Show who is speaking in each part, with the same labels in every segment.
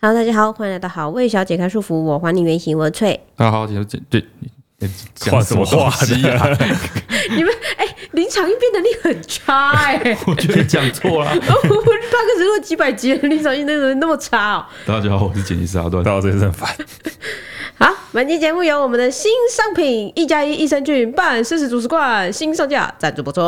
Speaker 1: Hello，大家好，欢迎来到好味小姐开束缚，我还你原形，我是翠。
Speaker 2: 大家啊好，姐姐对，你
Speaker 3: 话
Speaker 2: 讲什么
Speaker 3: 怎么
Speaker 2: 东
Speaker 3: 话
Speaker 2: 西啊？
Speaker 1: 你们哎、 临场应变能力很差哎、
Speaker 2: 我觉得讲错了。
Speaker 1: 我们八个只录几百集，临场应变能力那么差哦。
Speaker 2: 大家好，我是剪辑师阿段。
Speaker 3: 到这是很烦，
Speaker 1: 好，本期节目由我们的新商品一加一益生菌半四十主食罐新上架，赞助播出。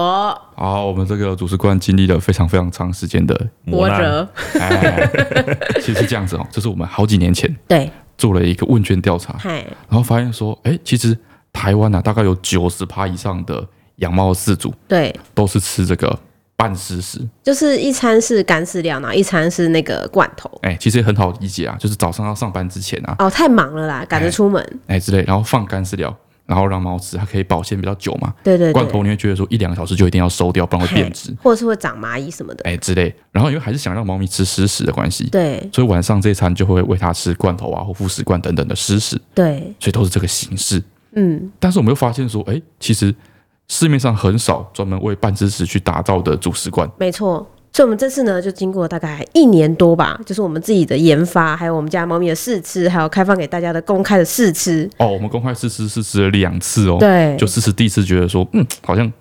Speaker 2: 好，我们这个主持官经历了非常非常长时间的，
Speaker 1: 波
Speaker 3: 磨难
Speaker 1: 折，
Speaker 2: 哎， 其实是这样子哦，这是我们好几年前
Speaker 1: 对，
Speaker 2: 做了一个问卷调查，
Speaker 1: 嗨，
Speaker 2: 然后发现说，哎，其实台湾啊，大概有九十趴以上的养猫饲主
Speaker 1: 对，
Speaker 2: 都是吃这个半湿食。
Speaker 1: 就是一餐是干饲料，然后一餐是那个罐头。
Speaker 2: 哎，其实也很好理解啊，就是早上要上班之前啊，
Speaker 1: 哦，太忙了啦，赶着出门。
Speaker 2: 哎之类，然后放干饲料，然后让猫吃，它可以保鲜比较久嘛。
Speaker 1: 对对对，
Speaker 2: 罐头你会觉得说一两个小时就一定要收掉，不然会变质
Speaker 1: 嘿，或者是会长蚂蚁什么的。
Speaker 2: 哎之类。然后因为还是想让猫咪吃湿食的关系，
Speaker 1: 对
Speaker 2: 所以晚上这一餐就会喂它吃罐头啊或副食罐等等的湿食，
Speaker 1: 对，
Speaker 2: 所以都是这个形式。
Speaker 1: 嗯，
Speaker 2: 但是我们又发现说，哎，其实市面上很少专门为半湿食去打造的主食罐。
Speaker 1: 没错。所以，我们这次呢，就经过大概一年多吧，就是我们自己的研发，还有我们家猫咪的试吃，还有开放给大家的公开的试吃。
Speaker 2: 哦，我们公开试吃试吃了两次哦，
Speaker 1: 对，
Speaker 2: 就试吃第一次觉得说，嗯，好像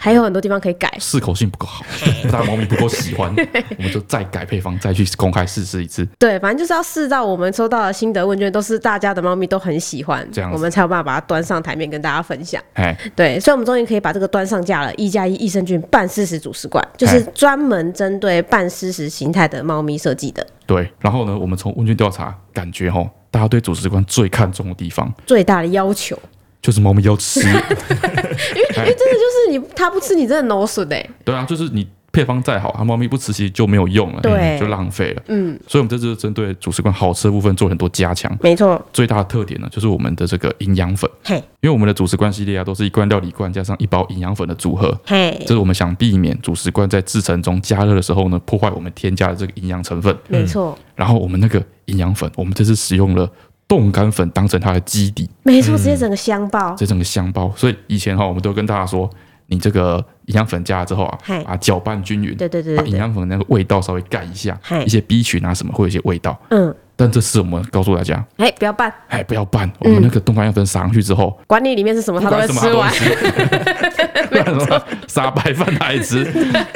Speaker 1: 还有很多地方可以改。
Speaker 2: 适口性不够好，大猫咪不够喜 欢，我们就再改配方，再去公开试吃一次。
Speaker 1: 对，反正就是要试到我们收到的心得问卷，都是大家的猫咪都很喜欢，
Speaker 2: 这样子
Speaker 1: 我们才有办法把它端上台面跟大家分享。
Speaker 2: 哎，
Speaker 1: 对，所以我们终于可以把这个端上架了，一加一益生菌半湿食主食罐，就是
Speaker 2: 哎
Speaker 1: 专门针对半湿食形态的猫咪设计的。
Speaker 2: 对，然后呢，我们从问卷调查感觉哈，大家对主食官最看重的地方
Speaker 1: 最大的要求，
Speaker 2: 就是猫咪要吃。
Speaker 1: 因 为真的就是你它不吃，你真的 no 损哎。
Speaker 2: 对啊，就是你配方再好，它猫咪不吃其实就没有用了，
Speaker 1: 对
Speaker 2: 就浪费了。嗯，所以我们这次针对主食官好吃的部分做了很多加强。
Speaker 1: 没错，
Speaker 2: 最大的特点呢，就是我们的这个营养粉，
Speaker 1: 嘿
Speaker 2: 因为我们的主食罐系列啊，都是一罐料理罐加上一包营养粉的组合。
Speaker 1: 嘿
Speaker 2: 这，是我们想避免主食罐在制成中加热的时候呢，破坏我们添加的这个营养成分。
Speaker 1: 没错，
Speaker 2: 然后我们那个营养粉，我们这次使用了冻干粉当成它的基底，
Speaker 1: 没错，直接整个香爆，
Speaker 2: 这整个香包。所以以前哈，我们都跟大家说，你这个营养粉加了之后啊
Speaker 1: 嗨，
Speaker 2: 把它搅拌均匀，
Speaker 1: 对对对
Speaker 2: 把
Speaker 1: 对
Speaker 2: 营
Speaker 1: 对，
Speaker 2: 养粉那个味道稍微盖一下
Speaker 1: 嗨，
Speaker 2: 一些 B 群啊什么会有一些味道。
Speaker 1: 嗯，
Speaker 2: 但这次我们告诉大家，
Speaker 1: 哎，不要拌，
Speaker 2: 哎，不要拌，我们那个冻干粉撒上去之后，
Speaker 1: 管你里面是什么，它
Speaker 2: 不
Speaker 1: 都
Speaker 2: 管
Speaker 1: 会
Speaker 2: 什么
Speaker 1: 吃完。
Speaker 2: 不管什么撒白饭他也吃，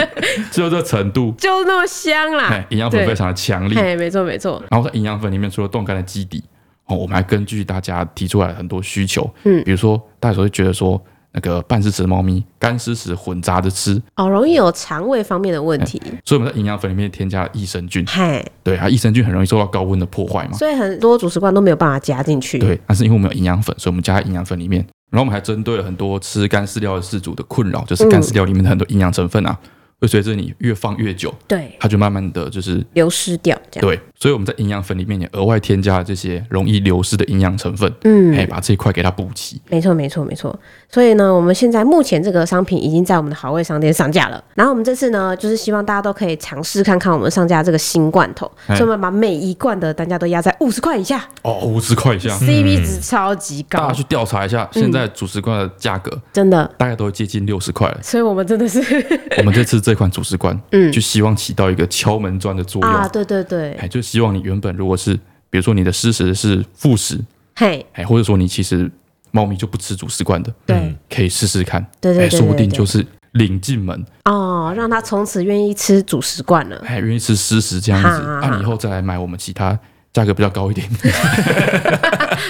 Speaker 2: 就这程度，
Speaker 1: 就那么香啦哎
Speaker 2: 哎，，营养粉非常的强力。
Speaker 1: 啊嘿，没错没错，
Speaker 2: 然后在营养粉里面除了冻干的基底，哦，我们还根据大家提出来的很多需求，
Speaker 1: 嗯
Speaker 2: 比如说大家会觉得说那个半湿食的猫咪干湿食混杂着吃，
Speaker 1: 哦，容易有肠胃方面的问题，
Speaker 2: 所以我们在营养粉里面添加了益生菌，
Speaker 1: 嘿，
Speaker 2: 对，啊它益生菌很容易受到高温的破坏嘛，
Speaker 1: 所以很多主食罐都没有办法加进去，
Speaker 2: 哦对，但是因为我们有营养粉，所以我们加在营养粉里面，然后我们还针对了很多吃干饲料的饲主的困扰，
Speaker 1: 嗯
Speaker 2: 就是干饲料里面的很多营养成分啊，会随着你越放越久，
Speaker 1: 对，
Speaker 2: 它就慢慢的就是。
Speaker 1: 流失掉这样，
Speaker 2: 对，所以我们在营养粉里面也额外添加了这些容易流失的营养成分，
Speaker 1: 嗯，
Speaker 2: 哎、把这一块给它补齐。
Speaker 1: 没错，没错，没错。所以呢，我们现在目前这个商品已经在我们的好味商店上架了。然后我们这次呢，就是希望大家都可以尝试看看我们上架这个新罐头，
Speaker 2: 哎
Speaker 1: 所以我们把每一罐的单价都压在五十块以下、
Speaker 2: 哦，五十块以下。
Speaker 1: c p 值超级
Speaker 2: 大
Speaker 1: 高
Speaker 2: 家，去调查一下，现在主食罐的价格
Speaker 1: 真的。。
Speaker 2: 大概都会接近六十块了
Speaker 1: 所以我们真的是
Speaker 2: 我们这次这款主食罐，嗯，就希望起到一个敲门砖的作
Speaker 1: 啊，
Speaker 2: 用，
Speaker 1: 对对对，
Speaker 2: 哎，就希望你原本如果是，比如说你的湿食是副食，
Speaker 1: 嘿，
Speaker 2: 哎，或者说你其实猫咪就不吃主食罐的，
Speaker 1: 对，
Speaker 2: 可以试试看，
Speaker 1: 对对
Speaker 2: 哎
Speaker 1: 对
Speaker 2: 说不
Speaker 1: 对
Speaker 2: 定
Speaker 1: 对
Speaker 2: 就是领进门，
Speaker 1: 哦，让他从此愿意吃主食罐了。
Speaker 2: 哎，愿意吃湿食这样子，啊
Speaker 1: 哈哈
Speaker 2: 那你以后再来买我们其他价格比较高一点，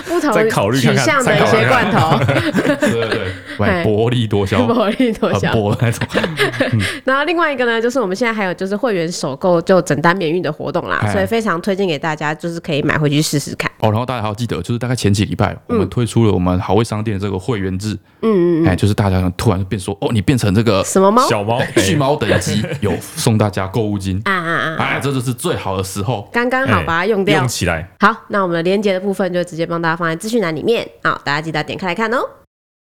Speaker 1: 不同
Speaker 3: 再考虑看
Speaker 1: 取
Speaker 3: 看
Speaker 1: 向的一些
Speaker 3: 再考
Speaker 1: 罐
Speaker 3: 虑
Speaker 1: 头，
Speaker 2: 对对对，买
Speaker 1: 哎
Speaker 2: 薄利多 销，
Speaker 1: 薄利多
Speaker 2: 很
Speaker 1: 销。
Speaker 2: 薄的那种，
Speaker 1: 然啊后另外一个呢，就是我们现在还有就是会员首购就整单免运的活动啦，
Speaker 2: 哎
Speaker 1: 所以非常推荐给大家，就是可以买回去试试看。
Speaker 2: 哦，然后大家还要记得，就是大概前几礼拜，我们推出了我们好味商店的这个会员制，嗯嗯，哎，就是大家突然就变说，哦，你变成 这个
Speaker 1: 什么哦哎猫？
Speaker 3: 小猫哎
Speaker 2: 巨猫等级，有送大家购物金，
Speaker 1: 啊 啊啊！
Speaker 2: 哎，这就是最好的时候。
Speaker 1: 刚刚好把它用
Speaker 3: 哎
Speaker 1: 掉
Speaker 3: 用。起来，
Speaker 1: 好，那我们的连接的部分就直接帮大家放在资讯栏里面，好，大家记得点开来看哦。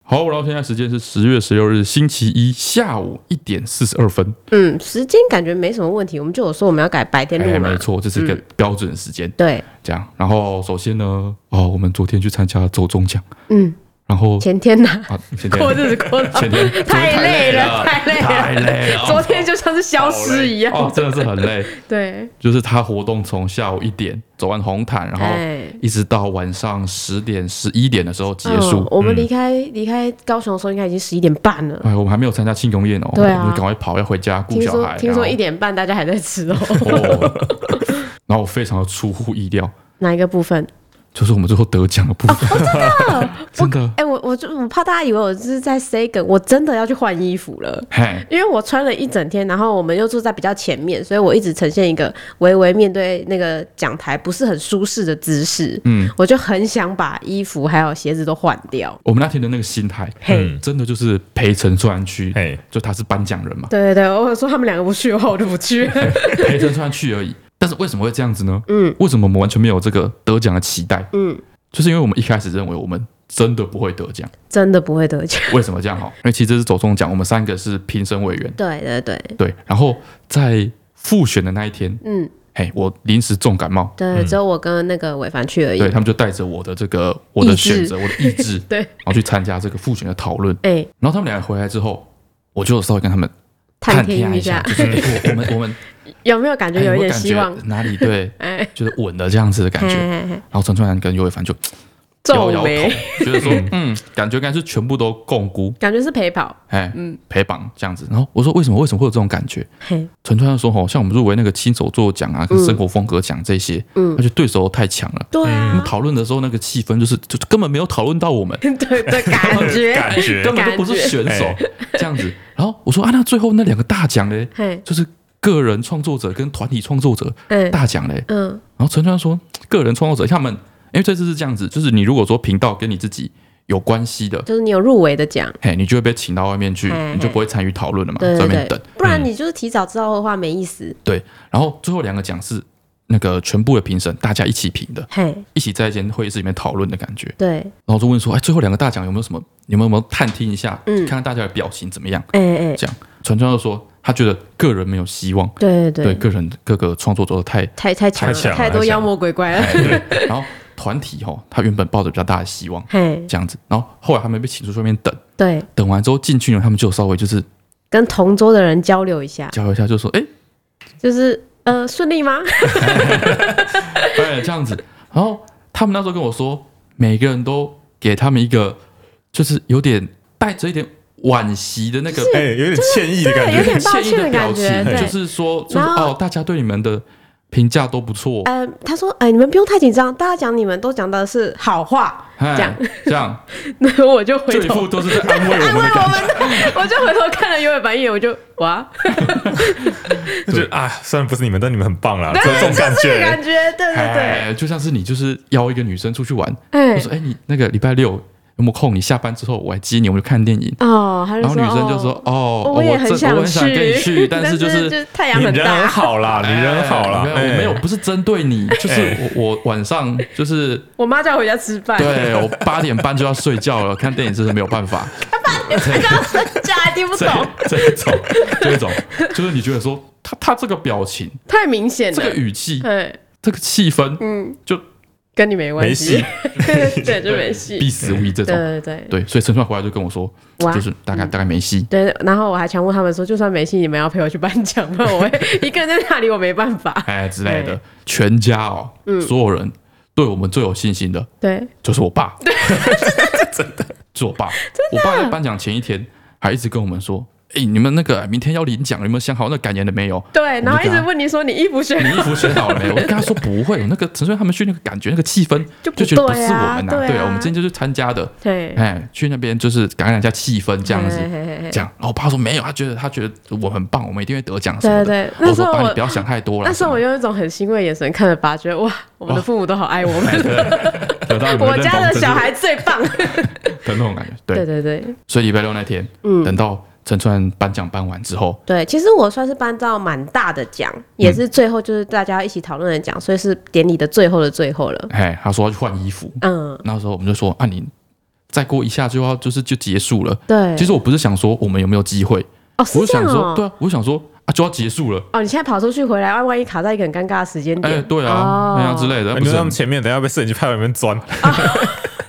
Speaker 2: 好，然后现在时间是十月十六日星期一下午一点四十二分，
Speaker 1: 嗯，时间感觉没什么问题，我们就有说我们要改白天录
Speaker 2: 哎，
Speaker 1: 嘛嗯
Speaker 2: 没。错，这是一个标准时间，
Speaker 1: 对，
Speaker 2: 这样。然后首先呢，哦，我们昨天去参加周中奖，
Speaker 1: 嗯，
Speaker 2: 然然后
Speaker 1: 前天呐、
Speaker 2: 啊， 前
Speaker 1: 过
Speaker 2: 天
Speaker 1: 日子过 到
Speaker 2: 前天昨 天
Speaker 1: 太累了，
Speaker 2: 太
Speaker 1: 太累
Speaker 2: 累了，
Speaker 1: 了，
Speaker 2: 太累了，
Speaker 1: 昨天就像是消失一样。
Speaker 2: 哦， 真的是很累。
Speaker 1: 对，
Speaker 2: 就是他活动从下午一点走完红毯，然后
Speaker 1: 哎，
Speaker 2: 一直到晚上十点、十一点的时候结束
Speaker 1: 嗯。我们离开离开高雄的时候，应该已经十一点半了。
Speaker 2: 哎，我们还没有参加庆功宴哦，
Speaker 1: 对啊
Speaker 2: 我们就赶快跑要回家顾
Speaker 1: 听
Speaker 2: 小
Speaker 1: 说
Speaker 2: 孩。
Speaker 1: 听说
Speaker 2: 然
Speaker 1: 一
Speaker 2: 后
Speaker 1: 点半大家还在吃哦，
Speaker 2: 哦， 然后我非常的出乎意料，
Speaker 1: 哪一个部分？
Speaker 2: 就是我们最后得奖的部
Speaker 1: 哦
Speaker 2: 分， 真的，真的，
Speaker 1: 哎、我我就我怕大家以为我是在 say 梗，我真的要去换衣服了。
Speaker 2: 嘿，
Speaker 1: 因为我穿了一整天，然后我们又坐在比较前面，所以我一直呈现一个微微面对那个讲台不是很舒适的姿势。
Speaker 2: 嗯，
Speaker 1: 我就很想把衣服还有鞋子都换掉。
Speaker 2: 我们那天的那个心态，
Speaker 1: 嘿
Speaker 2: 真的就是陪陈川去，
Speaker 3: 嘿，
Speaker 2: 就他是颁奖人嘛，
Speaker 1: 对对对，我有说他们两个不去的话，我就不去。
Speaker 2: 陪陈川去而已。但是为什么会这样子呢？嗯，为什么我们完全没有这个得奖的期待？
Speaker 1: 嗯，
Speaker 2: 就是因为我们一开始认为我们真的不会得奖。
Speaker 1: 真的不会得奖。
Speaker 2: 为什么这样哈？因为其实这是走中奖，我们三个是评审委员，
Speaker 1: 对对对，
Speaker 2: 对。然后在复选的那一天，
Speaker 1: 嗯，
Speaker 2: 嘿，我临时重感冒，
Speaker 1: 对，只有我跟那个伟凡去而已
Speaker 2: 对。他们就带着我的这个我的
Speaker 1: 意志
Speaker 2: 选择，我的意志，
Speaker 1: 对
Speaker 2: 然后去参加这个复选的讨论。
Speaker 1: 哎，
Speaker 2: 然后他们两个回来之后，我就稍微跟他们
Speaker 1: 探
Speaker 2: 听
Speaker 1: 听
Speaker 2: 一
Speaker 1: 一下
Speaker 2: 就是我我们我们
Speaker 1: 有没有 感觉
Speaker 2: 哎
Speaker 1: 有一
Speaker 2: 我
Speaker 1: 点
Speaker 2: 感
Speaker 1: 希望？
Speaker 2: 觉哪里对，
Speaker 1: 哎，嗯
Speaker 2: 就是稳了这样子的感觉。
Speaker 1: 嘿嘿嘿
Speaker 2: 然后陈川南跟尤伟凡就摇
Speaker 1: 皱
Speaker 2: 摇
Speaker 1: 眉，
Speaker 2: 头，觉得 说，嗯，感觉应该是全部都共估，
Speaker 1: 感觉是陪跑。
Speaker 2: 哎，
Speaker 1: 嗯
Speaker 2: 陪榜这样子。然后我说为什么为什么会有这种感觉？
Speaker 1: 嘿，
Speaker 2: 陈川说，吼，像我们入围那个亲手做奖
Speaker 1: 嗯
Speaker 2: 啊，跟生活风格奖这些，嗯，而且对手太强了。
Speaker 1: 对
Speaker 2: 我们
Speaker 1: 啊，，
Speaker 2: 讨论的时候，那个气氛就是就根本没有讨论到我们
Speaker 1: 对对，感觉，
Speaker 3: 感觉
Speaker 2: 根本就不是选手 这样子。然后我说啊，那最后那两个大奖嘞，
Speaker 1: 嘿，
Speaker 2: 就是个人创作者跟团体创作者
Speaker 1: 嗯
Speaker 2: 大奖嘞。
Speaker 1: 嗯，
Speaker 2: 然后陈川说，个人创作者他们，因为这次是这样子，就是你如果说频道跟你自己有关系的，
Speaker 1: 就是你有入围的奖。
Speaker 2: 嘿，你就会被请到外面去，
Speaker 1: 嘿
Speaker 2: 你就不会参与讨论了嘛，
Speaker 1: 嗯对
Speaker 2: 在外
Speaker 1: 对
Speaker 2: 面等
Speaker 1: 对。，不然你就是提早知道的话没意思。
Speaker 2: 对，然后最后两个奖是那个全部的评审大家一起评的，
Speaker 1: 嘿，
Speaker 2: 一起在一间会议室里面讨论的感觉。
Speaker 1: 对，
Speaker 2: 然后就问说，哎，最后两个大奖有没有什么？你们有没有探听一下，
Speaker 1: 嗯
Speaker 2: 看看大家的表情怎么样？
Speaker 1: 哎哎，
Speaker 2: 这样，传川就说他觉得个人没有希望，
Speaker 1: 对
Speaker 2: 对
Speaker 1: 对，
Speaker 2: 个人各个创作者 都太，
Speaker 1: 太太强了，
Speaker 3: 太强了
Speaker 1: 太多妖魔鬼怪了。
Speaker 2: 哎对，然后团体吼、他原本抱着比较大的希望
Speaker 1: 嘿，
Speaker 2: 这样子，然后后来他们被请出去外面等，
Speaker 1: 对，
Speaker 2: 等完之后进去呢，他们就稍微就是
Speaker 1: 跟同桌的人交流一下，
Speaker 2: 交流一下，就说，哎，
Speaker 1: 就是呃顺利吗？
Speaker 2: 哎，这样子。然后他们那时候跟我说，每个人都给他们一个，就是有点带着一点惋惜的那个
Speaker 3: 哎，有点歉意的感
Speaker 1: 对，有
Speaker 3: 觉，
Speaker 1: 点抱
Speaker 2: 歉意
Speaker 1: 歉
Speaker 2: 的
Speaker 1: 感
Speaker 2: 表
Speaker 1: 觉，
Speaker 2: 情，
Speaker 1: 对
Speaker 2: 就。是说，就是
Speaker 1: 然后
Speaker 2: 哦，大家对你们的评价都不错，
Speaker 1: 呃，他说：“哎、你们不用太紧张，大家讲你们都讲的是好话。
Speaker 2: 哎
Speaker 1: 这样
Speaker 2: 这样，”
Speaker 1: 那我就 回
Speaker 2: 这一
Speaker 1: 头
Speaker 2: 副都是在安慰我
Speaker 1: 安慰
Speaker 2: 们
Speaker 1: 哎
Speaker 2: 的
Speaker 1: 我
Speaker 2: 感觉。
Speaker 1: 们的， 我就回头看了尤伟凡一眼，我就 哇，
Speaker 3: 就觉得啊，虽然不是你们，但你们很棒啦，
Speaker 1: 对
Speaker 3: 这种感
Speaker 1: 这个
Speaker 3: 觉
Speaker 1: 感，觉，对对对，
Speaker 2: 哎，就像是你就是邀一个女生出去玩，
Speaker 1: 哎、
Speaker 2: 我说哎，你那个礼拜六有没有空？你下班之后我来接你，我们去看电影。
Speaker 1: 哦，他就
Speaker 2: 然
Speaker 1: 说
Speaker 2: 后女生就说：“哦，
Speaker 1: 哦我也
Speaker 2: 真
Speaker 1: 很想
Speaker 2: 我很想跟你 去，但是就是
Speaker 1: 是太阳
Speaker 3: 你
Speaker 1: 很
Speaker 3: 人很
Speaker 1: 大，
Speaker 3: 好啦，你人好啦，
Speaker 2: 哎没有，
Speaker 3: 哎
Speaker 2: 我没有，不是针对你，就是
Speaker 3: 哎
Speaker 2: 我我晚上就是
Speaker 1: 我妈叫我回家吃饭，
Speaker 2: 对我八点半就要睡觉了，看电影真的没有办法。
Speaker 1: 家还听不
Speaker 2: 这
Speaker 1: 懂，
Speaker 2: 这种这种，就是你觉得说他他这个表情、
Speaker 1: 太明显
Speaker 2: 这个
Speaker 1: 了。
Speaker 2: 语气、
Speaker 1: 哎，
Speaker 2: 这个气氛，
Speaker 1: 嗯，
Speaker 2: 就
Speaker 1: 跟你没关
Speaker 3: 没
Speaker 1: 系
Speaker 3: 戏，，
Speaker 1: 对，就没 戏。
Speaker 2: 必死无疑这
Speaker 1: 对
Speaker 2: 种。
Speaker 1: 对对，
Speaker 2: 对，所以陈川回来就跟我说，
Speaker 1: 哇
Speaker 2: 就。是大概大概没戏。
Speaker 1: 对，然后我还强迫他们说，就算没戏，你们要陪我去颁奖吗？我 会一个人在那里，我没办法。
Speaker 2: 哎之类的，全家哦，
Speaker 1: 嗯
Speaker 2: 所有人对我们最有信心的
Speaker 1: 对，
Speaker 2: 就是 我爸，真的是我爸。我爸在颁奖前一天还一直跟我们说：“哎、你们那个明天要领奖，你们想好那感言了没有？
Speaker 1: 对，然后一
Speaker 2: 我就跟
Speaker 1: 直
Speaker 2: 他
Speaker 1: 问你啊说你衣服选
Speaker 2: 你衣服选好了没有？”我就跟他说：“不会，我那个陈顺他们去那个感觉，那个气氛
Speaker 1: 就
Speaker 2: 就
Speaker 1: 不
Speaker 2: 觉得不是我
Speaker 1: 对
Speaker 2: 们
Speaker 1: 啊，
Speaker 2: 对
Speaker 1: 啊，
Speaker 2: 我们今天就是参加的，
Speaker 1: 对
Speaker 2: 哎，去那边就是感染一下气氛，这样子。
Speaker 1: 嘿嘿嘿嘿
Speaker 2: 这样，然后我爸说没有，他觉得他觉得我很棒，我们一定会得奖什么的。
Speaker 1: 对对
Speaker 2: 我
Speaker 1: 那时
Speaker 2: 说
Speaker 1: 候
Speaker 2: 爸，
Speaker 1: 我
Speaker 2: 你不要想太多了。
Speaker 1: 那时候我哦
Speaker 2: 什
Speaker 1: 用一种很欣慰的眼神看着爸，觉得哇，我们的父母都好爱我们，
Speaker 2: 么的
Speaker 1: 我家的小孩最棒。
Speaker 2: 的那种感觉，
Speaker 1: 对
Speaker 2: 对。
Speaker 1: 对嗯对
Speaker 2: 所以礼拜六那天，等到陈川颁奖颁完之后，
Speaker 1: 对，其实我算是颁到蛮大的奖，也是最后就是大家一起讨论的奖，所以是典礼的最后的最后了。
Speaker 2: 哎，他说要去换衣服，
Speaker 1: 嗯，
Speaker 2: 那时候我们就说啊，你再过一下就要就是就结束了。
Speaker 1: 对。
Speaker 2: 其实我不是想说我们有没有机会，
Speaker 1: 哦，
Speaker 2: 我
Speaker 1: 是
Speaker 2: 是
Speaker 1: 这
Speaker 2: 想
Speaker 1: 样
Speaker 2: 说，
Speaker 1: 哦。
Speaker 2: 对啊，我想说啊就要结束了，
Speaker 1: 哦，你现在跑出去回来，万万一卡在一个很尴尬的时间
Speaker 2: 哎，
Speaker 1: 点，
Speaker 2: 对啊，那样之
Speaker 1: 类，
Speaker 2: 类的，
Speaker 3: 哎你
Speaker 2: 不
Speaker 3: 说
Speaker 2: 是
Speaker 3: 他们前面等一下被摄影机拍到里面钻，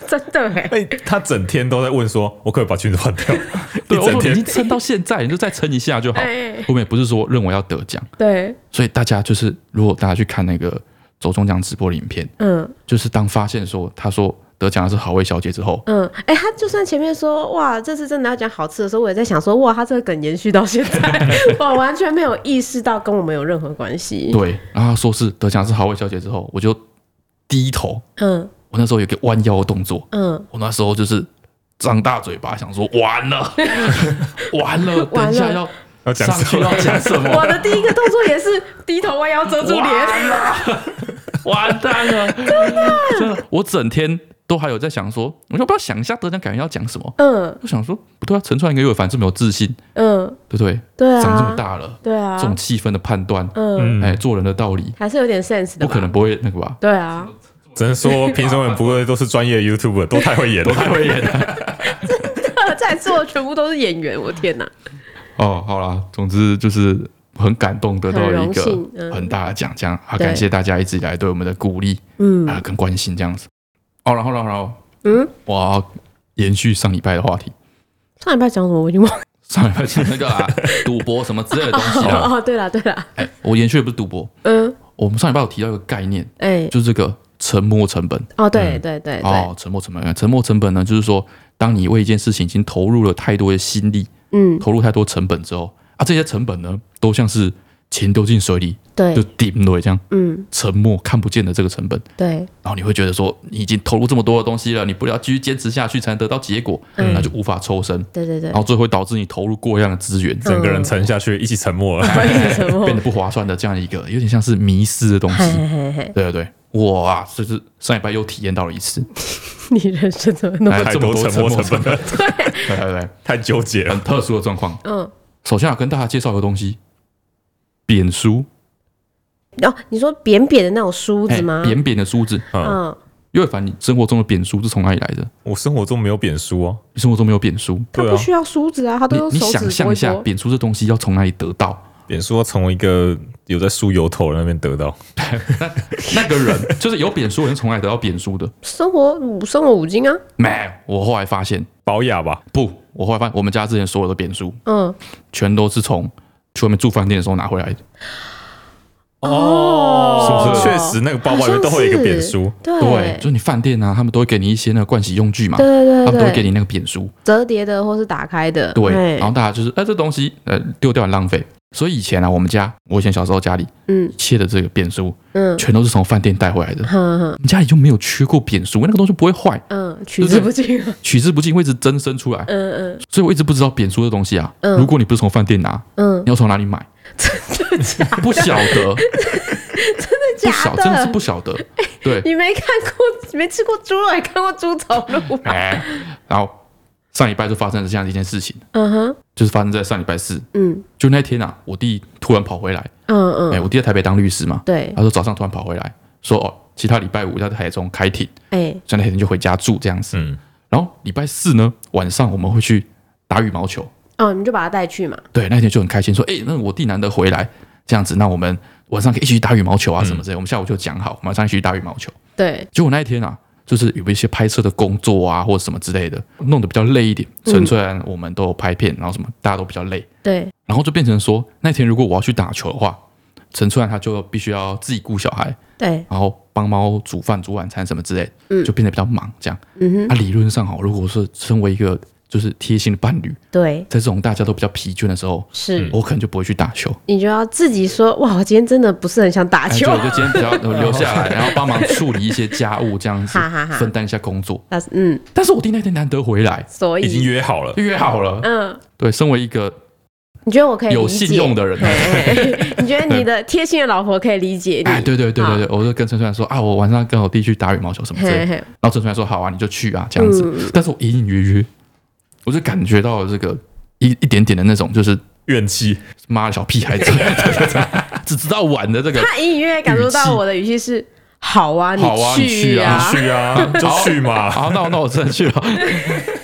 Speaker 1: 真的哎、
Speaker 3: 哎，他整天都在问说，我可不可以把裙子换掉？
Speaker 2: 对，
Speaker 3: 一
Speaker 2: 我
Speaker 3: 整
Speaker 2: 说已经
Speaker 3: 天
Speaker 2: 撑到现在，你就再撑一下就好。
Speaker 1: 哎
Speaker 2: 我们也不是说认为要得奖，
Speaker 1: 对，
Speaker 2: 所以大家就是如果大家去看那个走中奖直播的影片，
Speaker 1: 嗯
Speaker 2: 就是当发现说他说得奖的是好味小姐之后，
Speaker 1: 嗯，哎、他就算前面说哇，这次真的要讲好吃的时候，我也在想说哇，他这个梗延续到现在，我完全没有意识到跟我们有任何关系。
Speaker 2: 对，然后他说是得奖是好味小姐之后，我就低头，
Speaker 1: 嗯
Speaker 2: 我那时候有一个弯腰的动作，
Speaker 1: 嗯，
Speaker 2: 我那时候就是张大嘴巴想说完了，完了，等一下要
Speaker 3: 要讲
Speaker 2: 上
Speaker 3: 什
Speaker 2: 去
Speaker 3: 么
Speaker 2: 要？讲什么，
Speaker 1: 我的第一个动作也是低头弯腰遮住脸。
Speaker 2: 完了， 完蛋了，真的，真的，我整天都还有在想说，我就不知道想一下得奖感言要讲什么，
Speaker 1: 嗯
Speaker 2: 我想说不对啊，陈川应该有反正没有自信，
Speaker 1: 嗯，
Speaker 2: 对不对？
Speaker 1: 对啊，
Speaker 2: 长这么大了，
Speaker 1: 对啊
Speaker 2: 这，种气氛的判断，
Speaker 1: 嗯，
Speaker 2: 哎，
Speaker 3: 嗯，
Speaker 2: 做人的道理，
Speaker 1: 还是有点 sense 的，
Speaker 2: 不可能。不会那个吧？
Speaker 1: 对啊，
Speaker 3: 只能说评审们不会都是专业 YouTube，都太会演
Speaker 2: 都太
Speaker 3: 了。
Speaker 2: 会演了。
Speaker 1: 在座的全部都是演员，我天哪！
Speaker 2: 哦，好啦，总之就是很感动，得到
Speaker 1: 很
Speaker 2: 了
Speaker 1: 荣
Speaker 2: 一个
Speaker 1: 幸嗯
Speaker 2: 很大的奖，这样啊，
Speaker 1: 对
Speaker 2: 感谢大家一直以来对我们的鼓励
Speaker 1: 嗯
Speaker 2: 啊跟关心，这样子。哦，然后，然后，然后，
Speaker 1: 嗯，
Speaker 2: 我要延续上礼拜的话题，
Speaker 1: 上礼拜讲什么我已经忘了。
Speaker 2: 上礼拜是那 个啊赌博什么之类的东西啦。
Speaker 1: 哦，对了对了，
Speaker 2: 哎，我延续的不是赌博，
Speaker 1: 嗯，
Speaker 2: 我们上礼拜有提到一个概念，
Speaker 1: 哎，
Speaker 2: 就是这个沉没成本。
Speaker 1: 哦，对对对对，
Speaker 2: 哦，沉没成本，沉没成本呢，就是说，当你为一件事情已经投入了太多的心力，
Speaker 1: 嗯，
Speaker 2: 投入太多成本之后，啊，这些成本呢，都像是钱丢进水里，
Speaker 1: 对，
Speaker 2: 就顶了这样，
Speaker 1: 嗯，
Speaker 2: 沉没看不见的这个成本，
Speaker 1: 对，
Speaker 2: 然后你会觉得说，你已经投入这么多的东西了，你不要继续坚持下去才能得到结果，
Speaker 1: 嗯
Speaker 2: 那就无法抽身，
Speaker 1: 对对嗯对
Speaker 2: 然，后最后会导致你投入过量的资源，
Speaker 3: 整个人沉下去，一起沉默了。
Speaker 2: 哎
Speaker 1: 关于什么
Speaker 2: 变？得不划算的这样一个，有点像是迷失的东
Speaker 1: 嘿
Speaker 2: 西。
Speaker 1: 嘿嘿嘿，
Speaker 2: 对对对，我啊，就是上礼拜又体验到了一次，
Speaker 1: 你人生怎么那
Speaker 2: 哎
Speaker 1: 么
Speaker 3: 太
Speaker 2: 这么
Speaker 3: 多
Speaker 2: 多
Speaker 3: 沉没
Speaker 2: 沉
Speaker 3: 成
Speaker 2: 没
Speaker 3: 本了，
Speaker 2: 对对对，
Speaker 3: 太纠结了
Speaker 2: 很。特殊的状况。
Speaker 1: 嗯？
Speaker 2: 首先要跟大家介绍一个东西，扁梳，
Speaker 1: 哦，你说扁扁的那种梳
Speaker 2: 哎
Speaker 1: 子吗？
Speaker 2: 扁扁的哦梳子。
Speaker 3: 嗯，
Speaker 1: 嗯，
Speaker 2: 因为凡你生活中的扁梳是从哪里来的？
Speaker 3: 我生活中没有扁书哦。
Speaker 2: 你生活中没有扁梳，
Speaker 1: 它
Speaker 3: 对
Speaker 1: 不
Speaker 3: 啊，
Speaker 1: 需要梳子啊，它都
Speaker 2: 你
Speaker 1: 用
Speaker 2: 你
Speaker 1: 手指
Speaker 2: 想象
Speaker 1: 拨
Speaker 2: 一
Speaker 1: 一
Speaker 2: 下，
Speaker 1: 拨。
Speaker 2: 扁梳这东西要从哪里得到？
Speaker 3: 扁书从一个有在梳油头的那边得到。
Speaker 2: 那个人 就是有扁梳的人，从哪里得到扁梳的？
Speaker 1: 生活五生活五金啊，
Speaker 2: 没，我后来发现
Speaker 3: 保雅吧，
Speaker 2: 不，我后来发现我们家之前所有的扁梳，
Speaker 1: 嗯，
Speaker 2: 全都是从去外面住饭店的时候拿回来的。
Speaker 1: 哦
Speaker 2: 是不是
Speaker 3: 确实那个包包里面都会有一个扁梳，
Speaker 1: 对
Speaker 2: 对，就是你饭店啊，他们都会给你一些那个盥洗用具嘛，
Speaker 1: 对对
Speaker 2: 他们都
Speaker 1: 对
Speaker 2: 会
Speaker 1: 对，
Speaker 2: 给你那个扁梳。
Speaker 1: 折叠的或是打开的，
Speaker 2: 对，
Speaker 1: 嘿
Speaker 2: 然后大家就是，哎，这东西呃丢掉很浪费。所以以前啊，我们家我以前小时候家里
Speaker 1: 嗯
Speaker 2: 切的这个扁梳，
Speaker 1: 嗯，
Speaker 2: 全都是从饭店带回来的。
Speaker 1: 哼哼
Speaker 2: 我们家里就没有缺过扁梳，因为那个东西不会坏，
Speaker 1: 嗯，取之不 尽啊，
Speaker 2: 取之不尽，会一直增生出来。
Speaker 1: 嗯嗯
Speaker 2: 所以我一直不知道扁梳的东西啊，
Speaker 1: 嗯
Speaker 2: 如果你不是从饭店拿，
Speaker 1: 嗯，
Speaker 2: 你要从哪里买？不晓得，
Speaker 1: 真
Speaker 2: 不
Speaker 1: 的假
Speaker 2: 晓，真的是不晓得。对，
Speaker 1: 你没看过，你没吃过猪肉，也看过猪走 路吗？
Speaker 2: 哎，然后上礼拜就发生了这样的一件事情，
Speaker 1: 嗯哼，
Speaker 2: 就是发生在上礼拜四，
Speaker 1: 嗯
Speaker 2: 就那天啊，我弟突然跑回来，
Speaker 1: 嗯
Speaker 2: 哎，
Speaker 1: 嗯，
Speaker 2: 我弟在台北当律师嘛，
Speaker 1: 对，
Speaker 2: 他说早上突然跑回来，说哦，其他礼拜五要在台中开庭，
Speaker 1: 哎，
Speaker 2: 所以那天就回家住这样子。
Speaker 3: 嗯，
Speaker 2: 然后礼拜四呢晚上我们会去打羽毛球，
Speaker 1: 哦，你就把它带去嘛，
Speaker 2: 对，那天就很开心，说哎、那我弟难得回来这样子，那我们晚上可以一起去打羽毛球啊什么之类的。我们下午就讲好，晚上一起去打羽毛球。
Speaker 1: 对，
Speaker 2: 结果那一天啊，就是有一些拍摄的工作啊或者什么之类的，弄得比较累一点。陈虽然我们都有拍片，然后什么大家都比较累，
Speaker 1: 对，
Speaker 2: 然后就变成说那天如果我要去打球的话，陈春然他就必须要自己顾小孩。
Speaker 1: 对，
Speaker 2: 然后帮猫煮饭、煮晚餐什么之类的，
Speaker 1: 嗯
Speaker 2: 就变得比较忙。这样，
Speaker 1: 嗯哼，
Speaker 2: 啊，理论上哈，如果是身为一个就是贴心的伴侣，
Speaker 1: 对，
Speaker 2: 在这种大家都比较疲倦的时候，
Speaker 1: 是
Speaker 2: 我可能就不会去打球。
Speaker 1: 你就要自己说，哇，我今天真的不是很想打
Speaker 2: 哎，
Speaker 1: 啊球
Speaker 2: 就，就今天比较呃留 下来，然后帮忙处理一些家务，这样子
Speaker 1: 哈哈哈
Speaker 2: 分担一下工作。
Speaker 1: 但是嗯，
Speaker 2: 但是我弟那天难得回来，
Speaker 1: 所
Speaker 3: 已经
Speaker 1: 以，
Speaker 3: 约好了。
Speaker 2: 就约好了。
Speaker 1: 嗯，
Speaker 2: 对，身为一个
Speaker 1: 你觉得我可以
Speaker 2: 有
Speaker 1: 理解
Speaker 2: 信用的人
Speaker 1: 嘿嘿嘿你觉得你的贴心的老婆可以理解
Speaker 2: 哎，
Speaker 1: 你？
Speaker 2: 对对对对对，我就跟陈川说啊，我晚上跟我弟去打羽毛球什么之类
Speaker 1: 嘿。
Speaker 2: 的
Speaker 1: 嗯嘿，
Speaker 2: 然后陈川说好啊，你就去啊，这样子。但是我隐隐约约，我就感觉到了这个一一点点的那种，就是
Speaker 3: 怨气，
Speaker 2: 妈的小屁孩子， 只知道玩的这个，
Speaker 1: 他隐隐约约感受到我的语气是。好啊，
Speaker 2: 好啊你去
Speaker 1: 去
Speaker 2: 啊
Speaker 1: 呀、
Speaker 3: 去啊，就去嘛。
Speaker 2: 好，那我那我真的去了。啊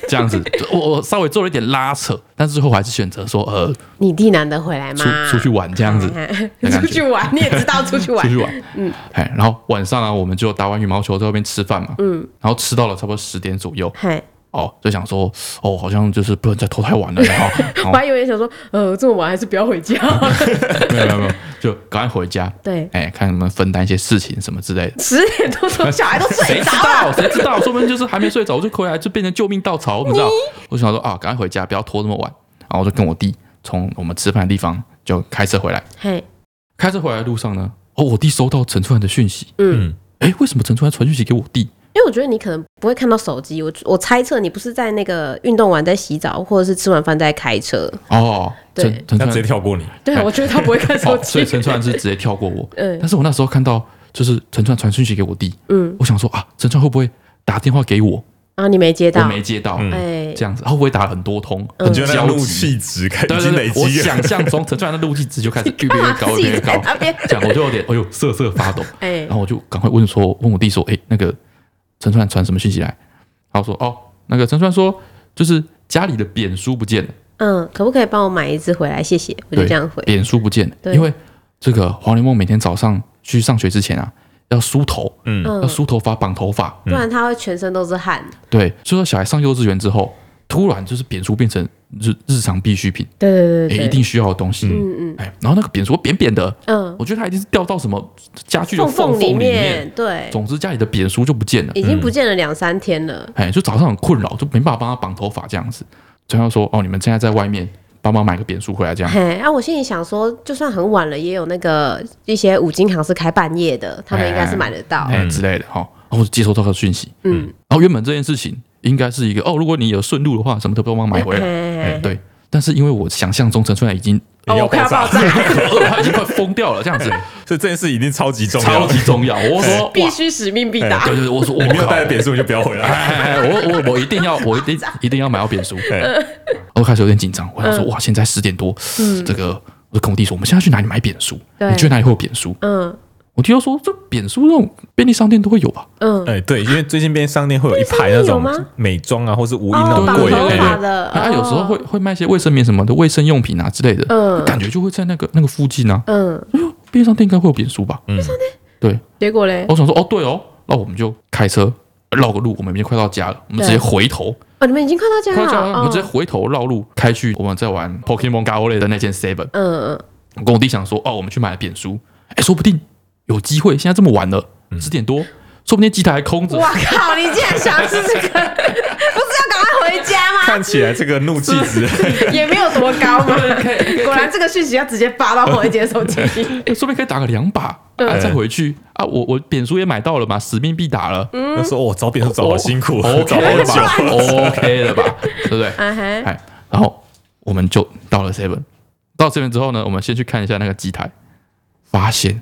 Speaker 2: 这样子，我我稍微做了一点拉扯，但是最后我还是选择说，呃，
Speaker 1: 你弟难得回来
Speaker 2: 出
Speaker 1: 吗？
Speaker 2: 出去玩这样子，的感
Speaker 1: 出
Speaker 2: 觉
Speaker 1: 去玩，你也知 道出去玩
Speaker 2: 出去玩，嗯，哎，然后晚上啊，我们就打完羽毛球在外面吃饭嘛，嗯，然后吃到了差不多十点左右，
Speaker 1: 嗨，
Speaker 2: 哦，就想说，哦，好像就是不能再拖太晚了，哦然后，然
Speaker 1: 我
Speaker 2: 后
Speaker 1: 还以为想说，呃，这么晚还是不要回 家。
Speaker 2: 没有没有没有，就赶快回家，
Speaker 1: 对，
Speaker 2: 哎，看能不能分担一些事情什么之类的。
Speaker 1: 十点多 钟小孩都睡
Speaker 2: 谁知
Speaker 1: 着
Speaker 2: 道？
Speaker 1: 了，
Speaker 2: 谁知道？说不定就是还没睡着，我就回来就变成救命稻草，你知道？我就想说啊，赶快回家，不要拖那么晚。然后我就跟我弟从我们吃饭的地方就开车回来。
Speaker 1: 嘿，
Speaker 2: 开车回来的路上呢，哦，我弟收到陈川的讯息，
Speaker 3: 嗯，
Speaker 2: 哎，为什么陈川传讯息给我弟？
Speaker 1: 因为我觉得你可能不会看到手机，我我猜测你不是在那个运动完在洗澡，或者是吃完饭在开车。
Speaker 2: 哦，陈
Speaker 1: 对
Speaker 2: 陈
Speaker 3: 他
Speaker 2: 川
Speaker 3: 直接跳过你，
Speaker 1: 对，我觉得他不会看手
Speaker 2: 哦，所
Speaker 1: 机
Speaker 2: 以。陈川是直接跳 过我。
Speaker 1: 嗯
Speaker 2: 但是我那时候看到就是陈川传讯息给我弟，
Speaker 1: 嗯，
Speaker 2: 我想说啊，陈川会不会打电话给我？
Speaker 1: 然后你没接
Speaker 2: 我
Speaker 1: 到，
Speaker 2: 没接到，
Speaker 3: 嗯
Speaker 1: 哎，
Speaker 2: 这样子，他会不会打了很多通？
Speaker 1: 嗯
Speaker 2: 很
Speaker 3: 你觉得那
Speaker 2: 焦
Speaker 3: 个怒
Speaker 2: 急。
Speaker 3: 气值开
Speaker 2: 对
Speaker 3: 已
Speaker 2: 对
Speaker 3: 经累
Speaker 2: 对，我
Speaker 3: 积了，
Speaker 2: 想象中陈川的怒气值 就开始越
Speaker 1: 干
Speaker 2: 变越
Speaker 1: 嘛
Speaker 2: 高，
Speaker 1: 自
Speaker 2: 越
Speaker 1: 己
Speaker 2: 来越
Speaker 1: 啊在
Speaker 2: 高。
Speaker 1: 那边？
Speaker 2: 这样我就有点，哎呦，瑟瑟发抖。
Speaker 1: 哎
Speaker 2: 然，后我就赶快问说，问我弟说，哎、那个陈川传什么讯息来？然后说，哦，那个陈川说，就是家里的扁书不见了，
Speaker 1: 嗯，可不可以帮我买一只回来？谢谢，我就
Speaker 2: 对
Speaker 1: 这样回。
Speaker 2: 扁书不见了，
Speaker 1: 对
Speaker 2: 因为这个黄连梦每天早上去上学之前啊，要梳头，
Speaker 3: 嗯，
Speaker 1: 嗯
Speaker 2: 要，梳头发，绑头发，
Speaker 1: 不然他会全身都是汗。
Speaker 2: 对，所以说小孩上幼稚园之后，突然就是扁书变成日日常必需品，
Speaker 1: 对对
Speaker 2: 哎、
Speaker 1: 对对，
Speaker 2: 一定需要的东西，
Speaker 1: 嗯嗯
Speaker 2: 哎、然后那个扁书扁扁的，
Speaker 1: 嗯，
Speaker 2: 我觉得它一定是掉到什么家具的
Speaker 1: 缝
Speaker 2: 缝
Speaker 1: 缝
Speaker 2: 缝里
Speaker 1: 里
Speaker 2: 面。嗯
Speaker 1: 面，对，
Speaker 2: 总之，家里的扁梳就不见了，
Speaker 1: 已经不见了两三天了。
Speaker 2: 哎，就早上很困扰，就没办法帮他绑头发这样子。陈浩说：“哦，你们现在在外面帮忙买个扁梳回来这样。
Speaker 1: 嘿，啊，我心里想说，就算很晚了，也有那个一些五金行是开半夜的，他们应该是买得”到。
Speaker 3: 嗯
Speaker 2: 哎之类的哈，然后我就接收到这个讯息。
Speaker 1: 嗯，
Speaker 2: 然后原本这件事情应该是一个哦，如果你有顺路的话，什么都帮忙买回来。哎，
Speaker 1: 来。
Speaker 2: 对。但是因为我想象中陈春兰已经
Speaker 1: 嗯哦，我快要爆炸，
Speaker 2: 饿 了，他已经快疯掉了，这样子
Speaker 3: 所以这件事一定超级重
Speaker 2: 超
Speaker 3: 要，
Speaker 2: 级重要。我说哇，
Speaker 1: 哎必须使命必达。
Speaker 2: 对对对，我说我
Speaker 3: 你没有
Speaker 2: 靠
Speaker 3: 带着扁数你就不要回 来，
Speaker 2: 哎，哎我我我一定 要，我一定一定要买到扁书。
Speaker 3: 哎
Speaker 2: 我开始有点紧张，我想说，
Speaker 1: 嗯
Speaker 2: 哇，现在十点多，这个我就跟我弟说，我们现在去哪里买扁书？
Speaker 1: 对
Speaker 2: 你觉得哪里会有扁书？
Speaker 1: 嗯
Speaker 2: 我弟就说，这扁书那种便利商店都会有吧？
Speaker 1: 嗯，
Speaker 3: 哎，对，因为最近便利商店会有一排那
Speaker 1: 便利商店有吗
Speaker 3: 种美妆啊，或是无印那
Speaker 1: 哦，
Speaker 3: 种
Speaker 1: 绑
Speaker 3: 柜，
Speaker 1: 头发
Speaker 3: 哎
Speaker 1: 的，
Speaker 2: 他啊有时候
Speaker 1: 哦
Speaker 2: 会，会卖一些卫生棉什么的，卫生用品啊之类的，
Speaker 1: 嗯
Speaker 2: 感觉就会在那个那个附近啊，
Speaker 1: 嗯，
Speaker 2: 便利商店应该会有扁书吧？
Speaker 3: 嗯，
Speaker 2: 对，
Speaker 1: 结果嘞，
Speaker 2: 我想说，哦，对哦，那我们就开车。绕个路，我们已经快到家了，我们直接
Speaker 1: 对
Speaker 2: 回头，
Speaker 1: 哦，你们已经快到家
Speaker 2: 快到家了，
Speaker 1: 了，
Speaker 2: 啊我们直接
Speaker 1: 哦
Speaker 2: 回头绕路开去我们在玩 Pokemon Go 类的那间 Seven。
Speaker 1: 嗯嗯，
Speaker 2: 我跟我弟想说，哦，我们去买了扁书，哎，说不定有机会。现在这么晚了，
Speaker 1: 嗯
Speaker 2: 十点多，说不定机台还空着
Speaker 1: 我，靠，你竟然想吃这 个，不是要赶快回家吗？
Speaker 3: 看起来这个怒气值
Speaker 1: 也没有多高 嘛。果然这个讯息要直接发到黄一姐手机。
Speaker 2: 哎说不定可以打个两把，
Speaker 1: 嗯
Speaker 2: 啊，再回去啊。我我扁书也买到了嘛，使命必打了，
Speaker 1: 嗯
Speaker 3: 那时候我找扁数找
Speaker 2: 我
Speaker 3: 好辛苦，
Speaker 2: ，OK
Speaker 3: 找好
Speaker 2: 了
Speaker 3: 久，
Speaker 2: 吧 ，OK 了吧，对不对？
Speaker 1: 啊哈，
Speaker 2: 哎，然后我们就到了 Seven，到 Seven 之后呢，我们先去看一下那个机台，发现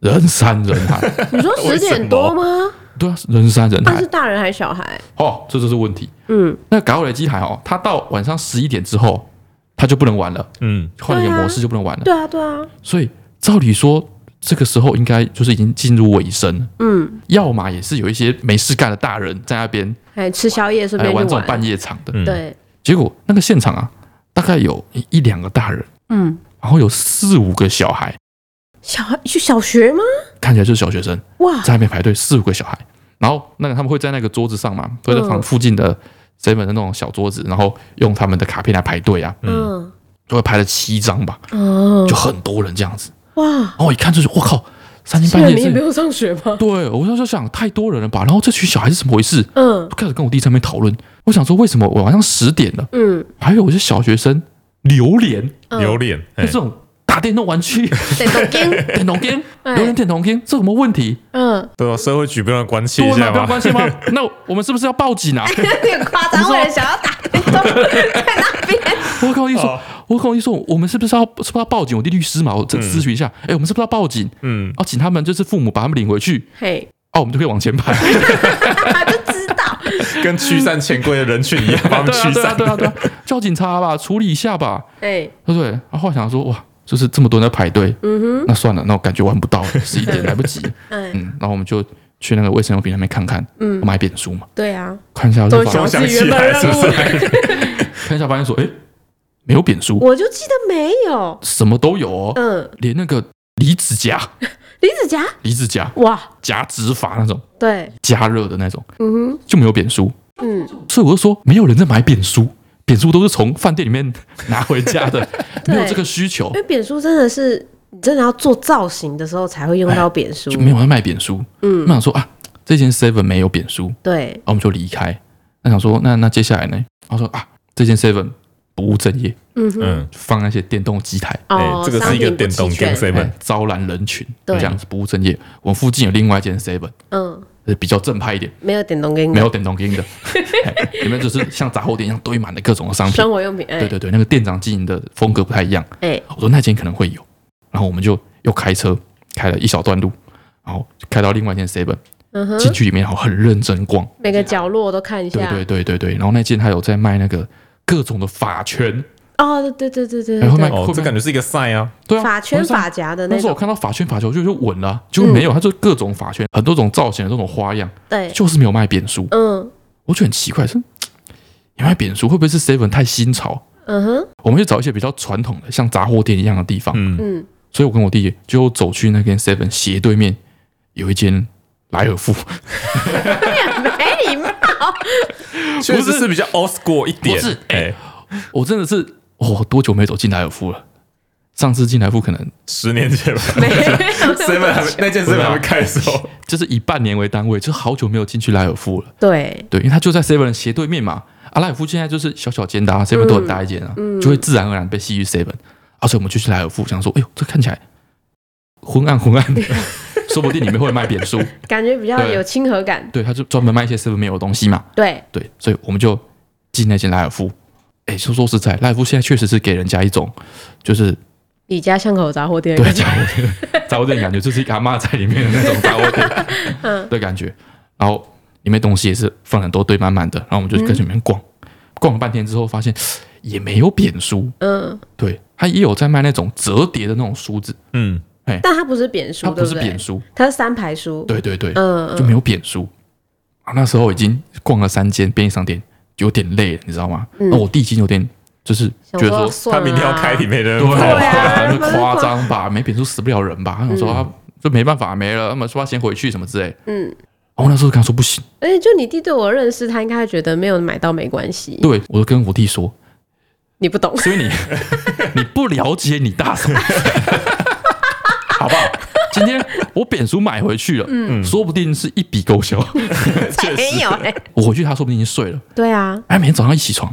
Speaker 2: 人山人海，
Speaker 1: 你说十点多吗？
Speaker 2: 对啊，人山人
Speaker 1: 那
Speaker 2: 海
Speaker 1: 是，大人还是小孩？
Speaker 2: 哦，这就是问题。
Speaker 1: 嗯，
Speaker 2: 那搞雷机台哦，它到晚上十一点之后，它就不能玩了，
Speaker 3: 嗯，
Speaker 2: 换了一个模式就不能玩了。
Speaker 1: 对啊，对啊，
Speaker 2: 所以照理说，这个时候应该就是已经进入尾声了。
Speaker 1: 嗯，
Speaker 2: 要么也是有一些没事干的大人在那边
Speaker 1: 哎，吃宵夜顺
Speaker 2: 哎
Speaker 1: 便
Speaker 2: 玩
Speaker 1: 去
Speaker 2: 这种半
Speaker 1: 玩。
Speaker 2: 夜场的，
Speaker 3: 嗯
Speaker 1: 对，
Speaker 2: 结果那个现场啊，大概有一一两个大人，
Speaker 1: 嗯，
Speaker 2: 然后有四五个小孩，
Speaker 1: 小孩去小学吗？
Speaker 2: 看起来就是小学生，
Speaker 1: 哇，
Speaker 2: 在那边排队，四五个小孩。然后那个他们会在那个桌子上嘛，会在
Speaker 1: 嗯
Speaker 2: 旁附近的 seven 的那种小桌子，然后用他们的卡片来排队啊。
Speaker 1: 嗯，
Speaker 2: 就会排了七张吧，
Speaker 1: 哦
Speaker 2: 就，很多人这样子。
Speaker 1: 哇，
Speaker 2: 然后我一看就是，我靠，三更
Speaker 1: 现在
Speaker 2: 半
Speaker 1: 啊你也
Speaker 2: 夜
Speaker 1: 没
Speaker 2: 这，
Speaker 1: 有上学吗？
Speaker 2: 对我就在想太多人了吧。然后这群小孩是怎么回事？
Speaker 1: 嗯
Speaker 2: 就开始跟我弟在那边讨论。我想说，为什么晚上十点了，
Speaker 1: 嗯，
Speaker 2: 还有一些小学生榴莲，
Speaker 1: 嗯
Speaker 3: 榴莲，
Speaker 2: 就
Speaker 3: 哎
Speaker 2: 这种打电动玩具、
Speaker 1: 得懂经，
Speaker 2: 电动 game、
Speaker 1: 哎
Speaker 2: 榴莲电动 game，这有什么问题？
Speaker 1: 嗯，
Speaker 3: 对啊，社会局不能关切
Speaker 2: 对
Speaker 3: 一
Speaker 2: 吗？
Speaker 3: 下
Speaker 2: 不要
Speaker 3: 吗？
Speaker 2: 关心吗？ 那我们是不是要报警啊？
Speaker 1: 有点 夸张，为了想要打电动在那边。
Speaker 2: 我跟我弟说
Speaker 3: 哦，
Speaker 2: 我跟我弟说，我们是不是要是不是要报警？我弟律师嘛，我咨咨询一下。哎，我们是不是要报警？
Speaker 3: 嗯，
Speaker 2: 要请他们就是父母把他们领回去，
Speaker 1: 嘿，
Speaker 2: 哦，我们就可以往前 排。
Speaker 1: 就知道，
Speaker 3: 跟驱散钱柜的人群一样，把他们
Speaker 2: 对啊，
Speaker 3: 驱
Speaker 2: 对啊，
Speaker 3: 散
Speaker 2: 对。啊，对啊，叫警察吧，处理一下吧，
Speaker 1: 哎，
Speaker 2: 对不对？然后后来想说，哇，就是这么多人在排队，
Speaker 1: 嗯哼，
Speaker 2: 那算了，那我感觉玩不到，十一点来不及，
Speaker 1: 哎，
Speaker 2: 嗯，然后我们就去那个卫生用品那边看看，嗯，买扁书嘛，
Speaker 1: 对啊，
Speaker 2: 看一下就
Speaker 1: 都
Speaker 2: 发
Speaker 1: 小
Speaker 2: 现，
Speaker 1: 自己原本任务，
Speaker 2: 看一下发现说，哎、没有扁书，
Speaker 1: 我就记得没有。
Speaker 2: 什么都有哦，
Speaker 1: 嗯，
Speaker 2: 连那个离子夹、
Speaker 1: 离子夹，
Speaker 2: 离子夹
Speaker 1: 哇，
Speaker 2: 夹指法那种
Speaker 1: 对，
Speaker 2: 加热的那种
Speaker 1: 嗯
Speaker 2: 就没有扁书，
Speaker 1: 哼，嗯，
Speaker 2: 所以我就说没有人在买扁书。扁书都是从饭店里面拿回家 的，没有这个需求
Speaker 1: 因，为扁梳真的是你真的要做造型的时候才会用到扁梳
Speaker 2: 就，没有人在卖扁书。
Speaker 1: 嗯
Speaker 2: 我想说啊，这间 Seven 没有扁书，
Speaker 1: 对，
Speaker 2: 然后我们就离开。那想说，那那接下来呢？他说啊，这间 Seven 不务正业，
Speaker 1: 嗯哼，
Speaker 3: 嗯，哎
Speaker 2: 放那些电动机台，
Speaker 1: 哦，
Speaker 3: 这个是一个
Speaker 1: 商品不
Speaker 3: 电动
Speaker 1: 齐
Speaker 3: Game
Speaker 1: 全
Speaker 3: Seven，
Speaker 2: 哎招揽人群，
Speaker 1: 对
Speaker 2: 这样子不务正业。我们附近有另外一间 Seven，
Speaker 1: 嗯，
Speaker 2: 呃，比较正派一点，
Speaker 1: 没有电动 Game，
Speaker 2: 没有电动厅的，哎里面就是像杂货店一样堆满了各种的商品。
Speaker 1: 生活用品，哎，
Speaker 2: 对对对，那个店长经营的风格不太一样。
Speaker 1: 哎，
Speaker 2: 我说那间可能会有，然后我们就又开车开了一小段路，然后开到另外一间 Seven，
Speaker 1: 嗯哼，
Speaker 2: 进去里面，然后很认真逛。
Speaker 1: 每个角落都看一
Speaker 2: 对
Speaker 1: 下，
Speaker 2: 对对对对，然后那间还有在卖那个各种的法圈，
Speaker 1: 哦，对对对对对
Speaker 2: 然哎后
Speaker 1: 对
Speaker 2: 卖
Speaker 3: 哦，这感觉是一个赛啊，
Speaker 2: 对啊，
Speaker 1: 法圈
Speaker 2: 我就上
Speaker 1: 发夹的
Speaker 2: 那
Speaker 1: 那
Speaker 2: 时候
Speaker 1: 种嗯
Speaker 2: 我，看到法圈法球就就稳了啊，结果没有，它就各种法圈，很多种造型，很多种花样，
Speaker 1: 对，
Speaker 2: 就是没有卖扁书，
Speaker 1: 嗯
Speaker 2: 我觉得很奇怪，是你卖扁书会不会是 Seven 太新潮？
Speaker 1: 嗯哼，
Speaker 2: 我们去找一些比较传统的，像杂货店一样的地方。
Speaker 3: 嗯，
Speaker 1: 嗯，
Speaker 2: 所以我跟我弟就走去那间 Seven 斜对面有一间莱尔富，
Speaker 1: 没礼貌，
Speaker 3: 确实是比较 old school 一点，
Speaker 2: 不是
Speaker 3: 哎，
Speaker 2: 我真的是哦，多久没走进莱尔富了？上次进莱尔富可能
Speaker 3: 十年 前吧
Speaker 1: 没有
Speaker 3: ，seven 还没 那件 seven 还没开的时候，
Speaker 2: 就是以半年为单位，就好久没有进去莱尔富了。
Speaker 1: 对，
Speaker 2: 对，因为它就在 Seven 的斜对面嘛。阿莱尔夫现在就是小小间的、啊、，Seven 都很大一间啊，就会自然而然被吸于 Seven。而、且我们就去莱尔夫，想说，哎呦，这看起来昏暗昏暗的，说不定里面会卖扁书。
Speaker 1: 感觉比较
Speaker 2: 对
Speaker 1: 有亲和感，
Speaker 2: 对，他就专门卖一些 Seven 没有的东西嘛。
Speaker 1: 对，
Speaker 2: 对，所以我们就进那间莱尔夫。哎，说说实在，莱尔夫现在确实是给人家一种就是
Speaker 1: 李家巷口杂货店的
Speaker 2: 对啊
Speaker 1: 感觉，
Speaker 2: 杂货店 杂货店感觉，就是一个阿妈在里面的那种杂货
Speaker 1: 嗯
Speaker 2: 店的感觉。然后里面东西也是放很多堆满满的，然后我们就
Speaker 1: 嗯
Speaker 2: 跟着里面逛，逛了半天之后发现也没有扁书，
Speaker 1: 嗯，
Speaker 2: 对，它也有在卖那种折叠的那种梳子，
Speaker 3: 嗯，
Speaker 1: 但它不是扁书，
Speaker 2: 它不
Speaker 1: 对
Speaker 2: 是
Speaker 1: 对
Speaker 2: 扁，梳，
Speaker 1: 它是三排书，
Speaker 2: 对对对，
Speaker 1: 嗯，嗯，
Speaker 2: 就没有扁书。啊，那时候已经逛了三间便利商店，有点累了，你知道吗？那我弟已经有点就是
Speaker 1: 嗯想
Speaker 2: 觉得说
Speaker 1: 说算
Speaker 3: 他
Speaker 1: 了
Speaker 3: 明天要开
Speaker 1: 啊
Speaker 3: 里面的人
Speaker 2: 对
Speaker 1: 对
Speaker 3: 跑，
Speaker 1: 啊
Speaker 2: 那夸张吧？没扁书死不了人吧？他想说他就没办法没了，那么说他先回去什么之类。
Speaker 1: 嗯
Speaker 2: 然后那时候跟他说不行，
Speaker 1: 而且就你弟对我的认识，他应该会觉得没有买到没关系，
Speaker 2: 对我就跟我弟说，
Speaker 1: 你不懂，
Speaker 2: 所以你 你不了解你大嫂， 好不好？今天我扁书买回去了，嗯，说不定是一笔勾销。
Speaker 1: 才没有 嘞，
Speaker 2: 我回去他说不定已经睡了，
Speaker 1: 对啊，
Speaker 2: 哎，每天早上一起床，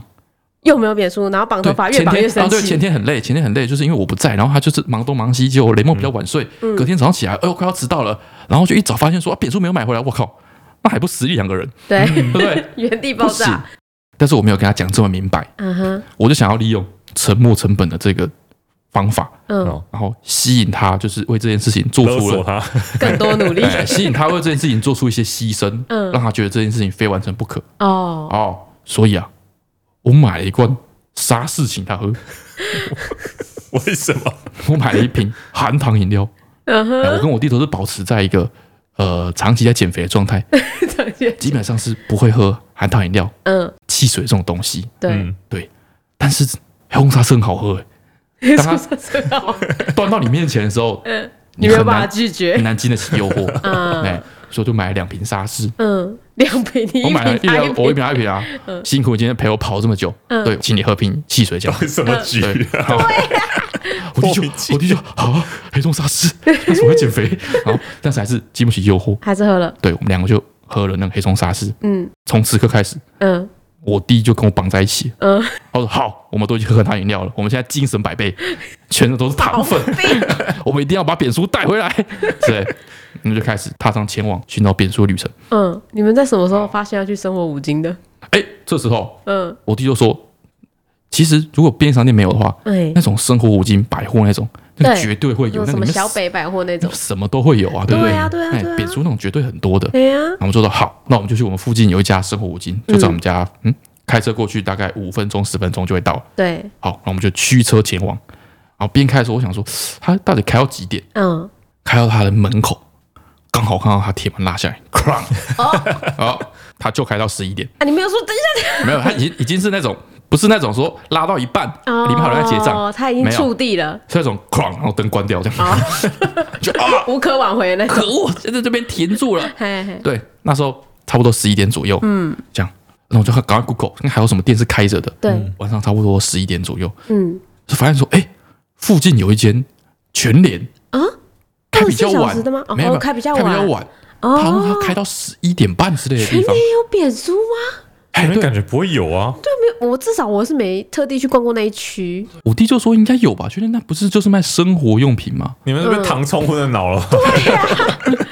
Speaker 1: 又没有扁书，然后绑头
Speaker 2: 对，
Speaker 1: 发越
Speaker 2: 前
Speaker 1: 绑越
Speaker 2: 天
Speaker 1: 生
Speaker 2: 啊，对，前
Speaker 1: 气，
Speaker 2: 天很累，前天很累，就是因为我不在，然后他就是忙东忙西，结果雷梦比较晚睡，隔
Speaker 1: 嗯
Speaker 2: 天早上起来，哎呦，快要迟到了，然后就一早发现说啊，扁书没有买回来，我靠，那还不死一两 个人，
Speaker 1: 对，
Speaker 2: 对不对？
Speaker 1: 原地爆
Speaker 2: 不行
Speaker 1: 炸，。
Speaker 2: 但是我没有跟他讲这么明白，
Speaker 1: 嗯哼，
Speaker 2: 我就想要利用沉没成本的这个方法，
Speaker 1: 嗯，
Speaker 3: 哦
Speaker 2: 然后吸引他，就是为这件事情做
Speaker 3: 勒
Speaker 2: 出
Speaker 3: 索
Speaker 2: 了，
Speaker 3: 他，
Speaker 1: 更多努力，
Speaker 2: 哎，吸引他为这件事情做出一些牺牲，
Speaker 1: 嗯
Speaker 2: 让他觉得这件事情非完成不可。
Speaker 1: 哦，
Speaker 2: 哦，所以啊，我买了一罐沙士请他喝，
Speaker 3: 为什么？
Speaker 2: 我买了一瓶含糖饮料。
Speaker 1: 嗯哼，
Speaker 2: 哎我跟我弟都是保持在一个呃长期在减肥的状态，
Speaker 1: 常见，
Speaker 2: 基本上是不会喝含糖饮料、
Speaker 1: 嗯，
Speaker 2: 汽水这种东西。
Speaker 1: 对，
Speaker 3: 嗯，
Speaker 2: 但是黑红沙士很好喝、哎当它
Speaker 1: 宿舍最好，
Speaker 2: 端到你面前的 时候，嗯，
Speaker 1: 你
Speaker 2: 你
Speaker 1: 没有
Speaker 2: 很
Speaker 1: 办法
Speaker 2: 难
Speaker 1: 拒绝
Speaker 2: 很，难经得起诱惑。
Speaker 1: 嗯
Speaker 2: 哎，所以我就买了两瓶沙士，
Speaker 1: 嗯，两瓶你
Speaker 2: 我
Speaker 1: 一
Speaker 2: 买了
Speaker 1: 瓶嗯
Speaker 2: 一
Speaker 1: 他一
Speaker 2: 瓶，我一瓶
Speaker 1: 瓶，
Speaker 2: 他一瓶啊，辛苦你今天陪我跑这么久，对，请你喝瓶汽水 这样。
Speaker 3: 为什么局
Speaker 2: 对，
Speaker 3: 啊？
Speaker 2: 然后我弟就
Speaker 3: 莫名其妙
Speaker 2: 我弟就啊，黑松沙士， 那时候我要减肥，然后但是还是经不起诱惑，
Speaker 1: 还是喝了，
Speaker 2: 对我们两个就喝了那个黑松沙士。
Speaker 1: 嗯
Speaker 2: 从此刻开始，
Speaker 1: 嗯
Speaker 2: 我弟就跟我绑在一起，
Speaker 1: 嗯，
Speaker 2: 他说好，我们都已经喝他饮料了，我们现在精神百倍， 全身都是糖分，
Speaker 1: 啊
Speaker 2: 我们一定要把扁叔带 回来，对，我们就开始踏上前往寻找扁叔的旅程。
Speaker 1: 嗯，你们在什么时候发现要去生活五金的？
Speaker 2: 哎，这时候
Speaker 1: 嗯，
Speaker 2: 我弟就说，其实如果便利商店没有的话，
Speaker 1: 哎
Speaker 2: 那，种生活五金百货那种，那个
Speaker 1: 对
Speaker 2: 绝对会有，
Speaker 1: 有
Speaker 2: 那
Speaker 1: 什
Speaker 2: 里
Speaker 1: 么
Speaker 2: 面
Speaker 1: 小北百货那种？
Speaker 2: 什么都会有啊，对不
Speaker 1: 对
Speaker 2: 对？
Speaker 1: 啊对啊
Speaker 2: 哎
Speaker 1: 对啊
Speaker 2: 扁叔那种绝对很多的。
Speaker 1: 哎呀，
Speaker 2: 然后我们就说好，那我们就去我们附近有一家生活五金，就在我们家，嗯，开车过去大概五分钟十分钟就会到了。
Speaker 1: 对，
Speaker 2: 好，那我们就驱车前往。然后边开的时候，我想说，他到底开到几点？
Speaker 1: 嗯，
Speaker 2: 开到他的门口，刚好看到他铁门拉下来，哐，
Speaker 1: 哦
Speaker 2: 然后他就开到十一点，
Speaker 1: 啊，你没有说等一下
Speaker 2: 没有，他已经已经是那种不是那种说拉到一半，
Speaker 1: 哦，
Speaker 2: 你们好像在结账，
Speaker 1: 他已经
Speaker 2: 没有
Speaker 1: 触地了，
Speaker 2: 是那种哐，然后灯关掉这样，
Speaker 1: 哦
Speaker 2: 就啊，
Speaker 1: 无可挽回的那种。
Speaker 2: 可恶，就在这边停住了。
Speaker 1: 嘿嘿，
Speaker 2: 对，那时候差不多十一点左右，嗯，这样，然后我就赶快 Google 看还有什么店是开着的。
Speaker 3: 嗯
Speaker 1: 对，
Speaker 2: 晚上差不多十一点左右，
Speaker 1: 嗯，
Speaker 2: 就发现说，哎、附近有一间全联
Speaker 1: 啊，
Speaker 2: 开比较
Speaker 1: 24小
Speaker 2: 晚
Speaker 1: 时的吗哦
Speaker 2: 没有没有
Speaker 1: 开比较
Speaker 2: 开比较
Speaker 1: 晚
Speaker 2: 晚，
Speaker 1: 哦
Speaker 2: 好像它开到十一点半之类的
Speaker 1: 全
Speaker 2: 地方
Speaker 1: 年。有扁啊猪吗？
Speaker 2: 哎，
Speaker 3: 那
Speaker 2: 对
Speaker 3: 感，觉不会有啊，
Speaker 1: 对，没有，我至少我是没特地去逛过那一区。
Speaker 2: 我弟就说应该有吧，全联那不是就是卖生活用品吗？
Speaker 3: 你们是被糖冲昏了脑了。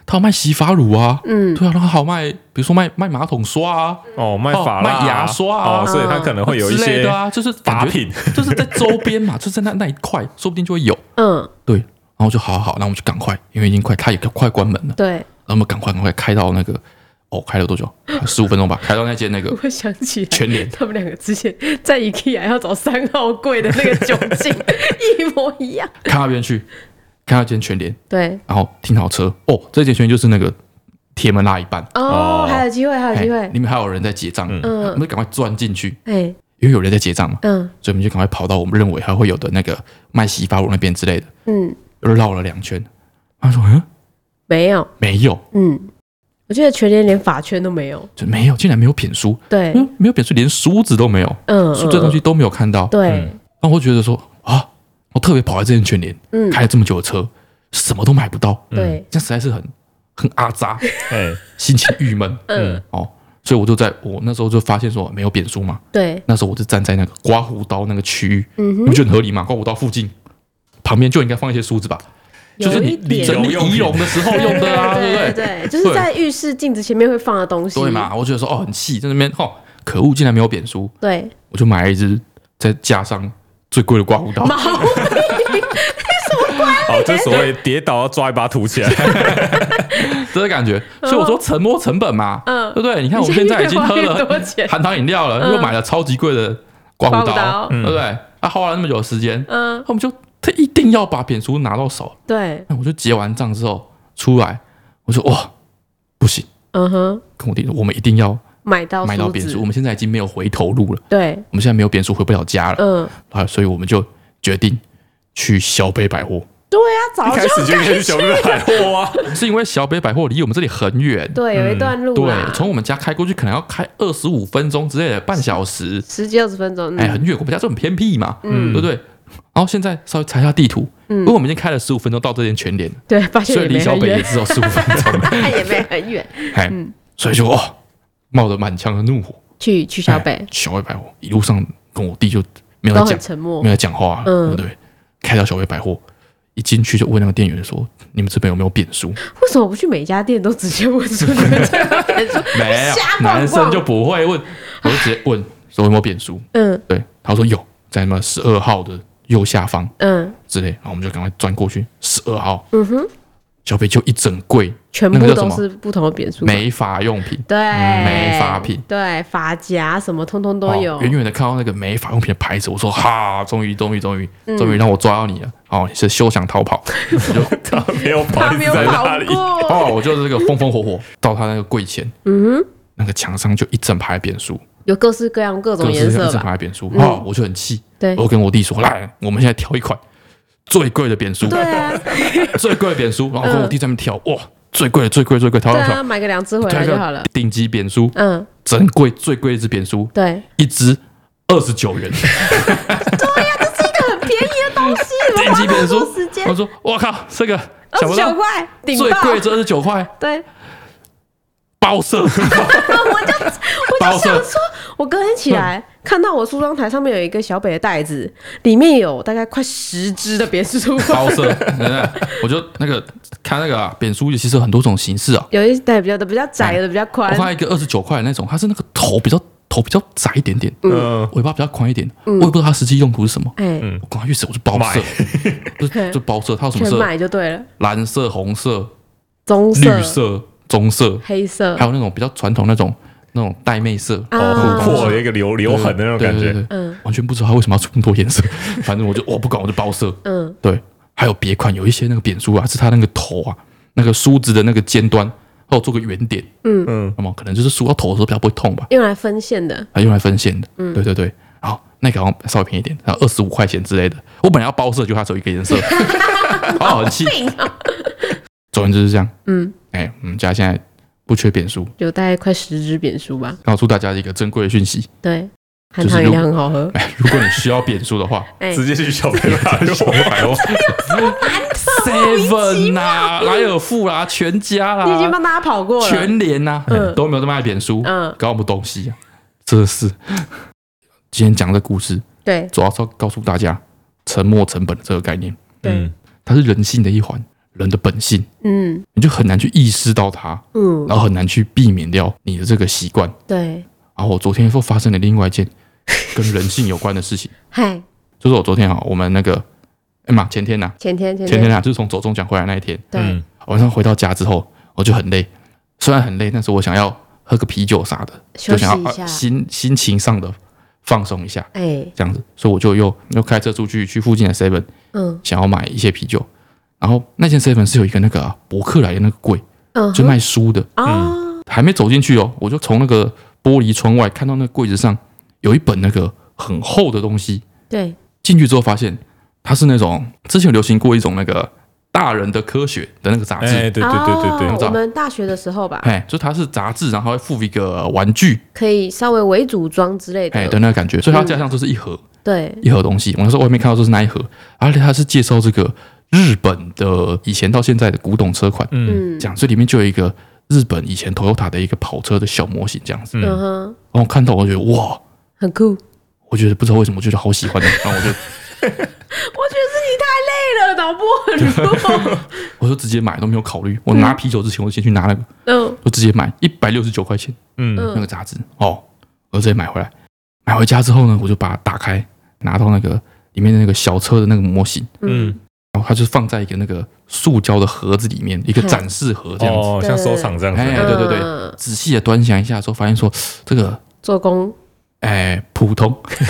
Speaker 2: 他有卖洗发乳啊，
Speaker 1: 嗯
Speaker 2: 对啊，然后还有卖，比如说卖卖马桶刷啊，
Speaker 3: 哦，卖
Speaker 2: 哦
Speaker 3: 法
Speaker 2: 卖
Speaker 3: 拉、
Speaker 2: 牙刷啊
Speaker 3: 哦，所以他可能会有一
Speaker 2: 之类
Speaker 3: 些
Speaker 2: 的啊，就是
Speaker 3: 把
Speaker 2: 感觉
Speaker 3: 品，
Speaker 2: 就是在周边嘛，就是在那那一块，说不定就会有。
Speaker 1: 嗯，
Speaker 2: 对，然后就好好好，那我们就赶快，因为已经快，他也快关门了，
Speaker 1: 对，
Speaker 2: 然后我们赶快赶快开到那个，哦，开了多久？十五分钟吧，开到那间 那个
Speaker 1: 我想起来。
Speaker 2: 全联，
Speaker 1: 他们两个之前在 IKEA 要找三号柜的那个酒精一模一样。
Speaker 2: 看那边去，看那间全联，
Speaker 1: 对，
Speaker 2: 然后停好车，哦，这间全联就是那个铁门拉一半，
Speaker 1: 哦，
Speaker 3: 哦
Speaker 1: 还有机会，还有机
Speaker 2: 嘿
Speaker 1: 会。
Speaker 2: 里面还有人在结账，
Speaker 3: 嗯
Speaker 2: 我
Speaker 1: 嗯，
Speaker 2: 们赶快钻进去，
Speaker 1: 哎，
Speaker 2: 因为有人在结账嘛，
Speaker 1: 嗯
Speaker 2: 所以我们就赶快跑到我们认为还会有的那个卖洗发乳那边之类的，
Speaker 1: 嗯，
Speaker 2: 绕了两圈，他说嗯
Speaker 1: 没有，
Speaker 2: 没有，
Speaker 1: 嗯，我记得全年连法圈都没有。
Speaker 2: 就没有，竟然没有扁书，
Speaker 1: 对
Speaker 2: 没，有没有扁书，连梳子都没有，
Speaker 1: 嗯，
Speaker 2: 嗯梳这东西都没有看到
Speaker 1: 嗯，，对，
Speaker 3: 嗯
Speaker 2: 然后我就觉得说啊，我特别跑来这间全联，
Speaker 1: 嗯，
Speaker 2: 开了这么久的车，什么都买不到，
Speaker 1: 对，
Speaker 2: 这样实在是很很 阿杂，
Speaker 3: 哎，
Speaker 2: 心情郁闷
Speaker 1: 嗯，
Speaker 2: 哦，所以我就在我那时候就发现说没有扁书嘛，
Speaker 1: 对，
Speaker 2: 那时候我就站在那个刮胡刀那个区域，
Speaker 1: 嗯
Speaker 2: 你
Speaker 1: 哼
Speaker 2: 不，觉得很合理吗？刮胡刀附近旁边就应该放一些梳子吧，就是
Speaker 1: 有
Speaker 2: 你
Speaker 1: 一
Speaker 2: 你
Speaker 1: 点
Speaker 2: 整理仪容的时候用的啊，
Speaker 1: 对
Speaker 2: 对不对？
Speaker 1: 对，就是在浴室镜子前面会放的东西。
Speaker 2: 对嘛，我觉得说哦很气，在那边哦，可恶，竟然没有扁梳，
Speaker 1: 对，
Speaker 2: 我就买了一只，再加上最贵的刮胡刀，
Speaker 1: 毛
Speaker 3: 哦，这所谓跌倒要抓一把土起来，
Speaker 2: 这个感觉。所以我说沉没成本嘛，
Speaker 1: 嗯
Speaker 2: 对不对？你看我现在已经喝
Speaker 1: 你现在越花越多嗯
Speaker 2: 了
Speaker 1: 钱
Speaker 2: 含糖饮料了，又买了超级贵的刮胡
Speaker 1: 刮胡刀
Speaker 2: 刀，对不对？啊，花了那么久的时间，
Speaker 1: 嗯，
Speaker 2: 我们就他一定要把扁梳拿到手。
Speaker 1: 对，
Speaker 2: 那我就结完账之后出来，我说哇，不行，
Speaker 1: 嗯哼，
Speaker 2: 跟我弟说，我们一定要
Speaker 1: 买到
Speaker 2: 买到
Speaker 1: 梳
Speaker 2: 扁
Speaker 1: 子
Speaker 2: 梳。我，们现在已经没有回头路了，
Speaker 1: 对，
Speaker 2: 我们现在没有扁梳回不了家了
Speaker 1: 嗯，
Speaker 2: 啊，所以我们就决定去小北百 货。
Speaker 1: 对啊，早
Speaker 3: 一开
Speaker 1: 就
Speaker 3: 始就应该去小日百 货啊。
Speaker 2: 是因为小北百货离我们这里很远，
Speaker 1: 对，有一段路啊啦
Speaker 2: 嗯对，，从我们家开过去可能要开二十五分钟之类的，半小时，
Speaker 1: 十几二十分钟，
Speaker 2: 哎，
Speaker 1: 嗯
Speaker 2: 很远，我们家就很偏僻嘛，
Speaker 1: 嗯
Speaker 2: 对不对？然后现在稍微查一下地图，因
Speaker 1: 嗯，
Speaker 2: 为我们已经开了十五分钟到这间全联，
Speaker 1: 对，发现
Speaker 2: 所以
Speaker 1: 也
Speaker 2: 离
Speaker 1: 没
Speaker 2: 小
Speaker 1: 很
Speaker 2: 北也
Speaker 1: 远，
Speaker 2: 只有十五分钟，
Speaker 1: 也没嗯很远，
Speaker 2: 哎，所以就哦，冒着满腔的怒火，
Speaker 1: 去去小北
Speaker 2: 哎小北百货一路上跟我弟就没有
Speaker 1: 都很
Speaker 2: 在讲，
Speaker 1: 沉默
Speaker 2: 没，有在讲话，
Speaker 1: 嗯
Speaker 2: 对不对？开到小北百货。一进去就问那个店员说：“你们这边有没有扁书？
Speaker 1: 为什么不去每家店都直接问出你们 这个点数？
Speaker 2: 没有
Speaker 1: 瞎，逛逛
Speaker 2: 男生就不会问，我就直接问说有没有扁书。
Speaker 1: 嗯
Speaker 2: 对，他说有，在什么十二号的右下方
Speaker 1: 嗯
Speaker 2: 之类，然后我们就赶快钻过去。十二号
Speaker 1: 嗯哼，
Speaker 2: 小北就一整柜
Speaker 1: 全
Speaker 2: 那
Speaker 1: 部
Speaker 2: 个叫什
Speaker 1: 都
Speaker 2: 么
Speaker 1: 是不同的扁数，
Speaker 2: 美发用品，
Speaker 1: 对，
Speaker 2: 美发品，
Speaker 1: 对，发夹什么通通都有
Speaker 2: 哦，远远的看到那个美发用品的牌子，我说哈，终于，终于，终于，
Speaker 1: 嗯
Speaker 2: 终于让我抓到你了。哦，你是休想逃跑，我就
Speaker 3: 他没有跑，
Speaker 1: 他
Speaker 3: 一
Speaker 1: 没
Speaker 3: 直
Speaker 1: 有
Speaker 3: 在
Speaker 1: 跑
Speaker 3: 那里。
Speaker 1: 过，
Speaker 2: 哦，我就是这个风风火火到他那个柜前，
Speaker 1: 嗯哼，
Speaker 2: 那个墙上就一整排扁书，
Speaker 1: 有各式各样各种
Speaker 2: 各
Speaker 1: 颜
Speaker 2: 式各样
Speaker 1: 色嗯哎
Speaker 2: 哦一整
Speaker 1: 吧？
Speaker 2: 排扁书，哦，我就很气，
Speaker 1: 对
Speaker 2: 我跟我弟说，来，我们现在挑一款最贵的扁书，
Speaker 1: 对啊，
Speaker 2: 最贵的扁书，然后跟我弟在那边挑，哇，最贵的最贵的最贵的，
Speaker 1: 嗯
Speaker 2: 挑
Speaker 1: 对
Speaker 2: 挑挑
Speaker 1: 啊，，买个两只回来就好了。
Speaker 2: 顶级扁书，
Speaker 1: 嗯，
Speaker 2: 珍贵最贵的一只扁书，
Speaker 1: 对，
Speaker 2: 一只二十九元，
Speaker 1: 很便宜的 东西，你
Speaker 2: 顶
Speaker 1: 们花
Speaker 2: 级
Speaker 1: 那
Speaker 2: 扁
Speaker 1: 么
Speaker 2: 书
Speaker 1: 多时。间
Speaker 2: 我，说，我靠，这个
Speaker 1: 二十
Speaker 2: 想不
Speaker 1: 九
Speaker 2: 到
Speaker 1: 块顶
Speaker 2: 最
Speaker 1: 爆，
Speaker 2: 贵这二十九块
Speaker 1: 对。
Speaker 2: 包 色，
Speaker 1: 我就想说，我隔天起
Speaker 2: 嗯
Speaker 1: 来看到我梳妆台上面有一个小北的袋子，里面有大概快十只的扁梳
Speaker 2: 包色，真的我就那个看那个啊扁书，其实有很多种形式啊。
Speaker 1: 有一袋比较的比较窄的比较
Speaker 2: 嗯我
Speaker 1: 宽
Speaker 2: 看，到一个二十九块的那种，它是那个头比较头比较窄一点点，
Speaker 3: 嗯，
Speaker 2: 尾巴比较宽一点，我
Speaker 1: 嗯
Speaker 2: 也不知道它实际用途是什么。
Speaker 1: 哎，
Speaker 3: 嗯
Speaker 2: 我刚才去死，我就包色， 不是就包色，它有什么
Speaker 1: 全
Speaker 2: 色？
Speaker 1: 买就对了，
Speaker 2: 蓝色、红色、
Speaker 1: 棕
Speaker 2: 绿色、棕色，
Speaker 1: 黑色
Speaker 2: 还，有那种比较传统那种那种带妹色，
Speaker 3: 哦，
Speaker 1: 啊
Speaker 3: 很阔有一个留留痕的那种感
Speaker 2: 嗯对对
Speaker 3: 觉。
Speaker 2: 对
Speaker 1: 嗯
Speaker 2: 完全不知道它为什么要出那么多颜色。 反正我就我不管，我就包色。
Speaker 1: 嗯，
Speaker 2: 对，还有别款，有一些那个扁梳啊，是它那个头啊那个梳子的那个尖端，然后做个圆点，
Speaker 3: 嗯，
Speaker 2: 那么可能就是梳到头的时候比较不会痛吧，
Speaker 1: 用来分线的，
Speaker 2: 啊，用来分线的，
Speaker 1: 嗯
Speaker 2: 对对对，好，那个好像稍微便宜一点，然后二十五块钱之类的，我本来要包色，就它只有一个 颜色，好很气，总之就是这样，
Speaker 1: 嗯，
Speaker 2: 哎，我们家现在不缺扁梳，
Speaker 1: 有大概快十支扁梳吧。
Speaker 2: 告诉大家一个珍贵的讯息，
Speaker 1: 对，含
Speaker 2: 就是
Speaker 1: 糖饮
Speaker 2: 如
Speaker 1: 料很好喝。
Speaker 2: 哎，如果你需要扁梳的 话
Speaker 1: 哎、
Speaker 3: 嗯直接去小白马
Speaker 2: 百 货 Seven 啦、莱尔富啦、全家
Speaker 1: 你已经
Speaker 2: 啦、
Speaker 1: 帮大家跑过了。
Speaker 2: 全联呐、
Speaker 1: 嗯
Speaker 2: 都没有在卖扁梳，
Speaker 1: 嗯，
Speaker 2: 搞什么东西啊？真的是，今天讲这故事，
Speaker 1: 对
Speaker 2: 主要是要告诉大家沉没成本这个概念，
Speaker 3: 嗯
Speaker 1: 对，
Speaker 2: 它是人性的一环，人的本性，
Speaker 1: 嗯
Speaker 2: 你就很难去意识到它，
Speaker 1: 嗯，
Speaker 2: 然后很难去避免掉你的这个习惯。
Speaker 1: 对，
Speaker 2: 然后我昨天又发生了另外一件跟人性有关的事情，
Speaker 1: 嗨，
Speaker 2: 就是我昨天啊，我们那个哎妈，前天呐、
Speaker 1: 前天前
Speaker 2: 前天啊，就是从走中奖回来那一天，
Speaker 1: 对、
Speaker 3: 嗯
Speaker 2: 晚上回到家之后，我就很累，虽然很累，但是我想要喝个啤酒啥的，
Speaker 1: 休
Speaker 2: 就
Speaker 1: 息
Speaker 2: 想
Speaker 1: 一
Speaker 2: 要、
Speaker 1: 下
Speaker 2: 啊、，心心情上的放松一下。
Speaker 1: 哎、
Speaker 2: 这样子，所以我就又又开车出去去附近的 Seven，
Speaker 1: 嗯
Speaker 2: 想要买一些啤酒。然后那间 Seven 是有一个那个、啊、博客来的那个柜，
Speaker 1: 嗯，
Speaker 2: 就卖书的，
Speaker 3: 嗯
Speaker 1: 哦，
Speaker 2: 还没走进去哦，我就从那个玻璃窗外看到那个柜子上有一本那个很厚的东西。
Speaker 1: 对，
Speaker 2: 进去之后发现它是那种之前有流行过一种那个大人的科学的那个杂
Speaker 3: 哎，
Speaker 2: 志，
Speaker 3: 对对对对
Speaker 1: 哦
Speaker 3: 对，
Speaker 1: 我们大学的时候吧，
Speaker 2: 哎，就它是杂志，然后会附一个玩具，
Speaker 1: 可以稍微伪组装之类的，
Speaker 2: 哎的那个感觉，所以它加上就是一盒。
Speaker 1: 对，
Speaker 2: 一盒东西。我那时候外面看到就是那一盒，而且它是介绍这个日本的以前到现在的古董车款，
Speaker 3: 嗯
Speaker 1: 嗯
Speaker 2: 这样，所以里面就有一个日本以前 Toyota 的一个跑车的小模型这样子。
Speaker 1: 嗯
Speaker 3: 嗯，
Speaker 1: 哼，
Speaker 2: 然后我看到我就觉得哇，
Speaker 1: 很酷， 我觉
Speaker 2: 我觉得不知道为什么我觉得好喜 欢的，然后我就
Speaker 1: 得是你太累了，脑波很弱，
Speaker 2: 我就直接买都没有考虑，我拿啤酒之前我先去拿那个，
Speaker 1: 嗯
Speaker 2: 我直接买一百六十九块钱
Speaker 3: 嗯
Speaker 2: 那
Speaker 1: 嗯
Speaker 2: 个杂志哦，我直接买回来。买回家之后呢，我就把它打开，拿到那个里面的那个小车的那个模型，
Speaker 1: 嗯
Speaker 3: 嗯，
Speaker 2: 然后它就放在一个那个塑胶的盒子里面，一个
Speaker 1: 嗯
Speaker 2: 展示盒这样子。
Speaker 3: 哦，
Speaker 1: 对
Speaker 3: 像收藏这样
Speaker 2: 哎，
Speaker 3: 子，
Speaker 2: 对对对
Speaker 1: 嗯，
Speaker 2: 仔细的端详一下之后，发现说这个
Speaker 1: 做工，
Speaker 2: 哎普通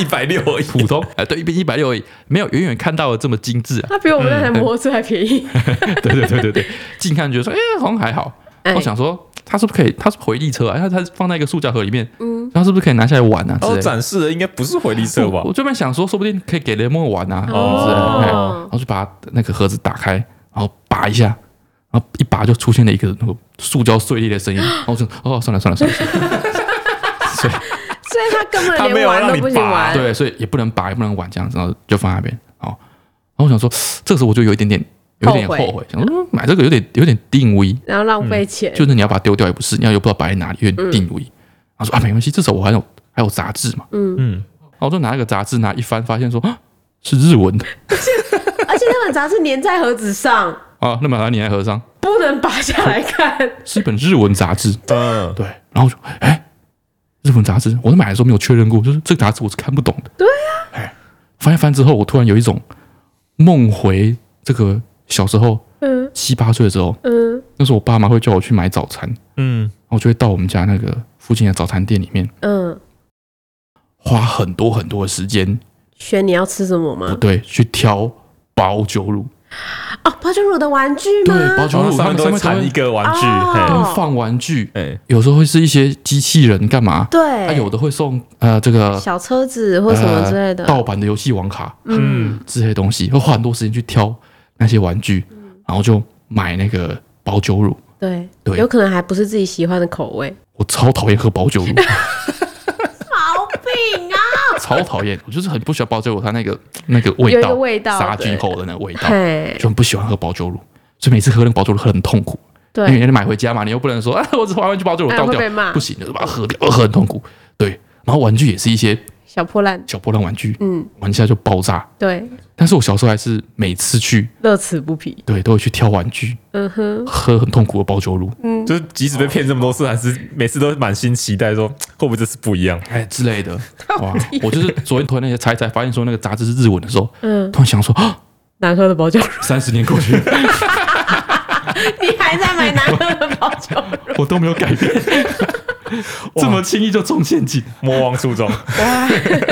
Speaker 3: 一百六而已，
Speaker 2: 普通哎，对，一比一百六而已，没有远远看到的这么精致啊。
Speaker 1: 它比我们那台摩托车还便 宜，
Speaker 2: 对对对对对，近看觉得说哎好像还好，
Speaker 1: 哎
Speaker 2: 我想说它是不是可以，它是回力车啊，它它放在一个塑胶盒里面，
Speaker 1: 嗯
Speaker 2: 它是不是可以拿下来玩啊之
Speaker 3: 哦，
Speaker 2: 类的。
Speaker 3: 展示的应该不是回力车吧
Speaker 2: 我？我这边想说，说不定可以给雷蒙玩啊，
Speaker 3: 哦
Speaker 2: 是哎然后就把那个盒子打开，然后拔一下，然后一拔就出现了一个那个塑胶碎裂 的声音，然后我就哦算了算了算 了，
Speaker 1: 所以它根
Speaker 3: 它
Speaker 1: 本
Speaker 3: 没
Speaker 1: 连
Speaker 3: 有
Speaker 1: 玩
Speaker 3: 让
Speaker 1: 都
Speaker 3: 你
Speaker 1: 不行
Speaker 3: 拔
Speaker 1: 玩，
Speaker 2: 对，所以也不能拔，也不能玩，这样子，然后就放在那边。好，然后我想说，这个时候我就有一点点，有一点
Speaker 1: 后
Speaker 2: 后
Speaker 1: 悔
Speaker 2: 悔，想说嗯买这个有点有点定位，
Speaker 1: 然后浪费钱，
Speaker 3: 嗯
Speaker 2: 就是你要把它丢掉也不是，你要又不知道摆在哪里，有点定位。然后说啊，没关系，至少我还有还有杂志嘛。
Speaker 3: 嗯，
Speaker 2: 然后我就拿那个杂志拿一翻，发现说啊是日文的
Speaker 1: 而且那本杂志粘在盒子上，
Speaker 2: 啊，那么把它粘在盒上，
Speaker 1: 不能拔下来看。
Speaker 2: 是一本日文杂志。
Speaker 3: 嗯，
Speaker 2: 对，然后我就哎，日文杂志，我在买的时候没有确认过，就是这个杂志我是看不懂的。对呀、哎，翻一翻之后，我突然有一种梦回这个小时候
Speaker 1: 嗯
Speaker 2: 七八岁的时候，
Speaker 1: 嗯
Speaker 2: 那时候我爸妈会叫我去买早餐，然
Speaker 3: 嗯，
Speaker 2: 后我就会到我们家那个附近的早餐店里面，
Speaker 1: 嗯，
Speaker 2: 花很多很多的时间，
Speaker 1: 选你要吃什么
Speaker 2: 不
Speaker 1: 吗？
Speaker 2: 对，去挑保酒乳，
Speaker 1: 哦，包装乳的玩具吗？
Speaker 2: 对，保酒
Speaker 3: 然
Speaker 2: 乳
Speaker 3: 后哦上
Speaker 2: 他
Speaker 3: 面
Speaker 2: 们上
Speaker 3: 都会
Speaker 2: 面
Speaker 3: 缠一
Speaker 2: 都
Speaker 3: 个玩具，
Speaker 1: 哦
Speaker 3: 嘿
Speaker 2: 会放玩具，
Speaker 3: 哎，
Speaker 2: 有时候会是一些机器人干嘛，
Speaker 1: 对，
Speaker 2: 啊，有的会送呃这个
Speaker 1: 小车子或什么之类的
Speaker 2: 呃。盗版的游戏网卡
Speaker 1: 嗯，
Speaker 2: 这些东西，会花很多时间去挑那些玩具，
Speaker 1: 嗯
Speaker 2: 然后就买那个保酒乳。
Speaker 1: 对，
Speaker 2: 对
Speaker 1: 有可能还不是自己喜欢的口味。
Speaker 2: 我超讨厌喝保 酒乳，
Speaker 1: 毛病啊！
Speaker 2: 超讨厌，我就是很不喜欢保酒乳它那个那个味
Speaker 1: 有一
Speaker 2: 道，
Speaker 1: 个味道
Speaker 2: 杀
Speaker 1: 对
Speaker 2: 菌后的那个味道，
Speaker 1: 嘿，
Speaker 2: 就很不喜欢喝保酒乳，所以每次喝那个保酒乳喝得很痛苦，因为
Speaker 1: 对，
Speaker 2: 你买回家嘛，你又不能说啊， 我只花完去保酒乳
Speaker 1: 哎
Speaker 2: 倒
Speaker 1: 会被骂
Speaker 2: 掉，不行，就是把它喝掉，呃喝很痛苦。对，然后玩具也是一些
Speaker 1: 小破烂，
Speaker 2: 小破烂玩具，
Speaker 1: 嗯，
Speaker 2: 玩一下就爆炸。
Speaker 1: 对，
Speaker 2: 但是我小时候还是每次去，
Speaker 1: 乐此不疲。
Speaker 2: 对，都会去挑玩具，
Speaker 1: 嗯哼，
Speaker 2: 喝很痛苦的保酒乳，
Speaker 1: 嗯
Speaker 3: 就是即使被骗这么多次，还是每次都满心期待说会不会这次不一样？
Speaker 2: 哎之类的。哇！我就是昨天突然那些猜一猜，发现说那个杂志是日文的时候，
Speaker 1: 嗯，
Speaker 2: 突然想说，
Speaker 1: 难喝的包装乳，
Speaker 2: 三十年过去了，
Speaker 1: 你还在买难喝的包装乳？
Speaker 2: 我都没有改 变，这么轻易就中陷阱。
Speaker 3: 莫忘初 衷，
Speaker 1: 哇，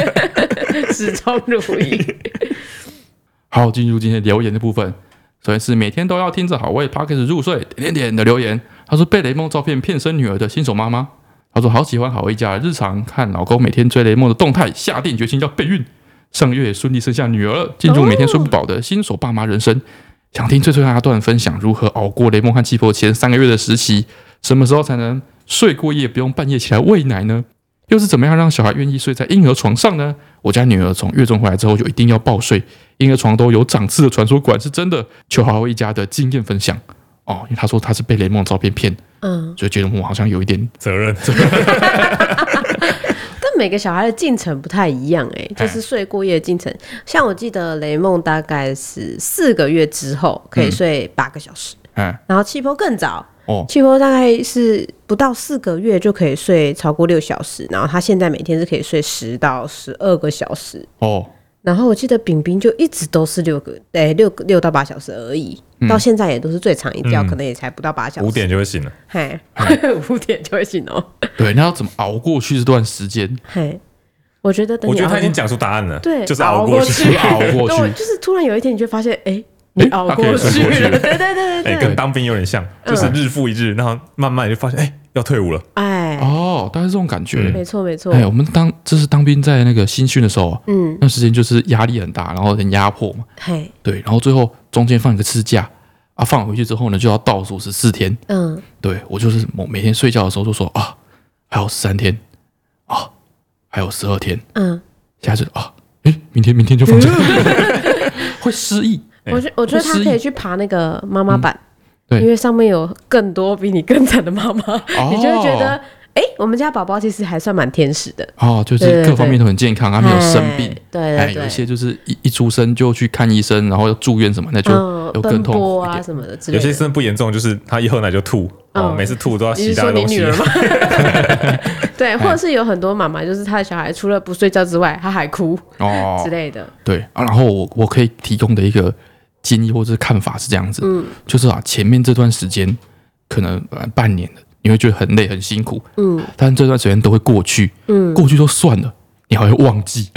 Speaker 1: 始终如一。
Speaker 2: 好，进入今天留言的部分。首先是每天都要听着好味 p a c k e 入睡点点点的留言，他说被雷梦照片骗生女儿的新手妈妈，他说好喜欢好味一家，日常看老公每天追雷梦的动态，下定决心要备孕。上月顺利生下女儿了，进入每天睡不饱的新手爸妈人生。想听翠翠阿段分享如何熬过雷梦和七婆前三个月的时期，什么时候才能睡过夜，不用半夜起来喂奶呢？又是怎么样让小孩愿意睡在婴儿床上呢？我家女儿从月中回来之后就一定要抱睡，婴儿床都有长刺的传说馆是真的。求好好一家的经验分享哦，因为她说她是被雷梦照片骗，
Speaker 1: 嗯，
Speaker 2: 就觉得我好像有一点
Speaker 3: 责任，
Speaker 1: 但每个小孩的进程不太一样、欸，哎，就是睡过夜的进程。像我记得雷梦大概是四个月之后可以睡八个小时，
Speaker 2: 哎
Speaker 1: 然后气泡更早，
Speaker 2: 哦
Speaker 1: 气泡大概是不到四个月就可以睡超过六小时，然后他现在每天是可以睡十到十二个小时。
Speaker 2: 哦
Speaker 1: 然后我记得饼饼就一直都是六个，哎、六六到八小时而已，到现在也都是最长一觉，可能也才不到八小时。
Speaker 3: 嗯五点就嗯会醒了。
Speaker 1: 嘿， 五点就会醒哦。
Speaker 2: 对，那要怎么熬过去这段时间？
Speaker 1: 嘿，我觉得等
Speaker 3: 我
Speaker 1: 你
Speaker 3: 觉得
Speaker 1: 熬
Speaker 3: 他已经
Speaker 1: 过
Speaker 3: 讲出答案了，
Speaker 1: 对，
Speaker 3: 就是
Speaker 1: 熬
Speaker 3: 熬过去。
Speaker 1: 去，
Speaker 2: 熬过
Speaker 1: 对
Speaker 2: 去
Speaker 1: 就是突然有一天你就发现，哎、你
Speaker 2: 诶
Speaker 1: 熬
Speaker 2: 他可以
Speaker 1: 过
Speaker 2: 睡
Speaker 1: 去
Speaker 2: 过去
Speaker 1: 了，
Speaker 2: 了
Speaker 1: 对对对
Speaker 3: 哎、
Speaker 1: 对嗯对
Speaker 3: 跟，当兵有点像，就是日复一日，然后慢慢你就发现，哎、要退伍了。
Speaker 1: 哎、
Speaker 2: 哦，大概是这种感觉。
Speaker 1: 没
Speaker 3: 哦
Speaker 1: 错没错，
Speaker 2: 哎，我们当这是当兵在那个新训的时候啊，
Speaker 1: 嗯，
Speaker 2: 那时间就是压力很大，然后很压迫嘛。
Speaker 1: 嘿，
Speaker 2: 对，然后最后中间放一个次假啊，放回去之后呢，就要倒数十四天。
Speaker 1: 嗯，
Speaker 2: 对我就是我每天睡觉的时候就说啊，还有十三天啊，还有十二天，
Speaker 1: 嗯，
Speaker 2: 下次啊，诶，明天明天就放假，
Speaker 1: 嗯
Speaker 2: 会失忆。
Speaker 3: 哎嗯
Speaker 1: 我觉我觉得他可以去爬那个妈妈版，
Speaker 2: 对
Speaker 1: 因为上面有更多比你更惨的妈妈，
Speaker 2: 哦
Speaker 1: 你就会觉得，哎、我们家宝宝其实还算蛮天使的，
Speaker 2: 哦，就
Speaker 1: 对
Speaker 2: 是
Speaker 1: 对
Speaker 2: 各方面都很健啊康，他没有生病
Speaker 1: 哎。对
Speaker 2: 哎，
Speaker 1: 对
Speaker 2: 有
Speaker 1: 对，
Speaker 2: 一些就是一一出生就去看医生，然后要住院什么，那就
Speaker 1: 嗯，
Speaker 2: 有
Speaker 1: 奔
Speaker 2: 更痛苦
Speaker 1: 波
Speaker 2: 一
Speaker 1: 啊
Speaker 2: 点。
Speaker 1: 什么的之类
Speaker 3: 有
Speaker 1: 的，
Speaker 3: 些真的不严重，就是他一喝奶就吐，哦
Speaker 1: 嗯，
Speaker 3: 每次吐都要
Speaker 1: 你
Speaker 3: 洗
Speaker 1: 是
Speaker 3: 大
Speaker 1: 说
Speaker 3: 家
Speaker 1: 你
Speaker 3: 东
Speaker 1: 女
Speaker 3: 西
Speaker 1: 儿。吗？
Speaker 2: 哎
Speaker 1: 对，或者是有很多妈妈，就是她的小孩除了不睡觉之外，她还哭
Speaker 2: 哦
Speaker 1: 之，类的。
Speaker 2: 对啊，然后我我可以提供的一个建议或者是看法是这样子，
Speaker 1: 嗯
Speaker 2: 就是啊，前面这段时间可能呃半年的，你会觉得很累很辛苦，嗯，但这段时间都会过去，嗯，过去就算了，你还会 忘记，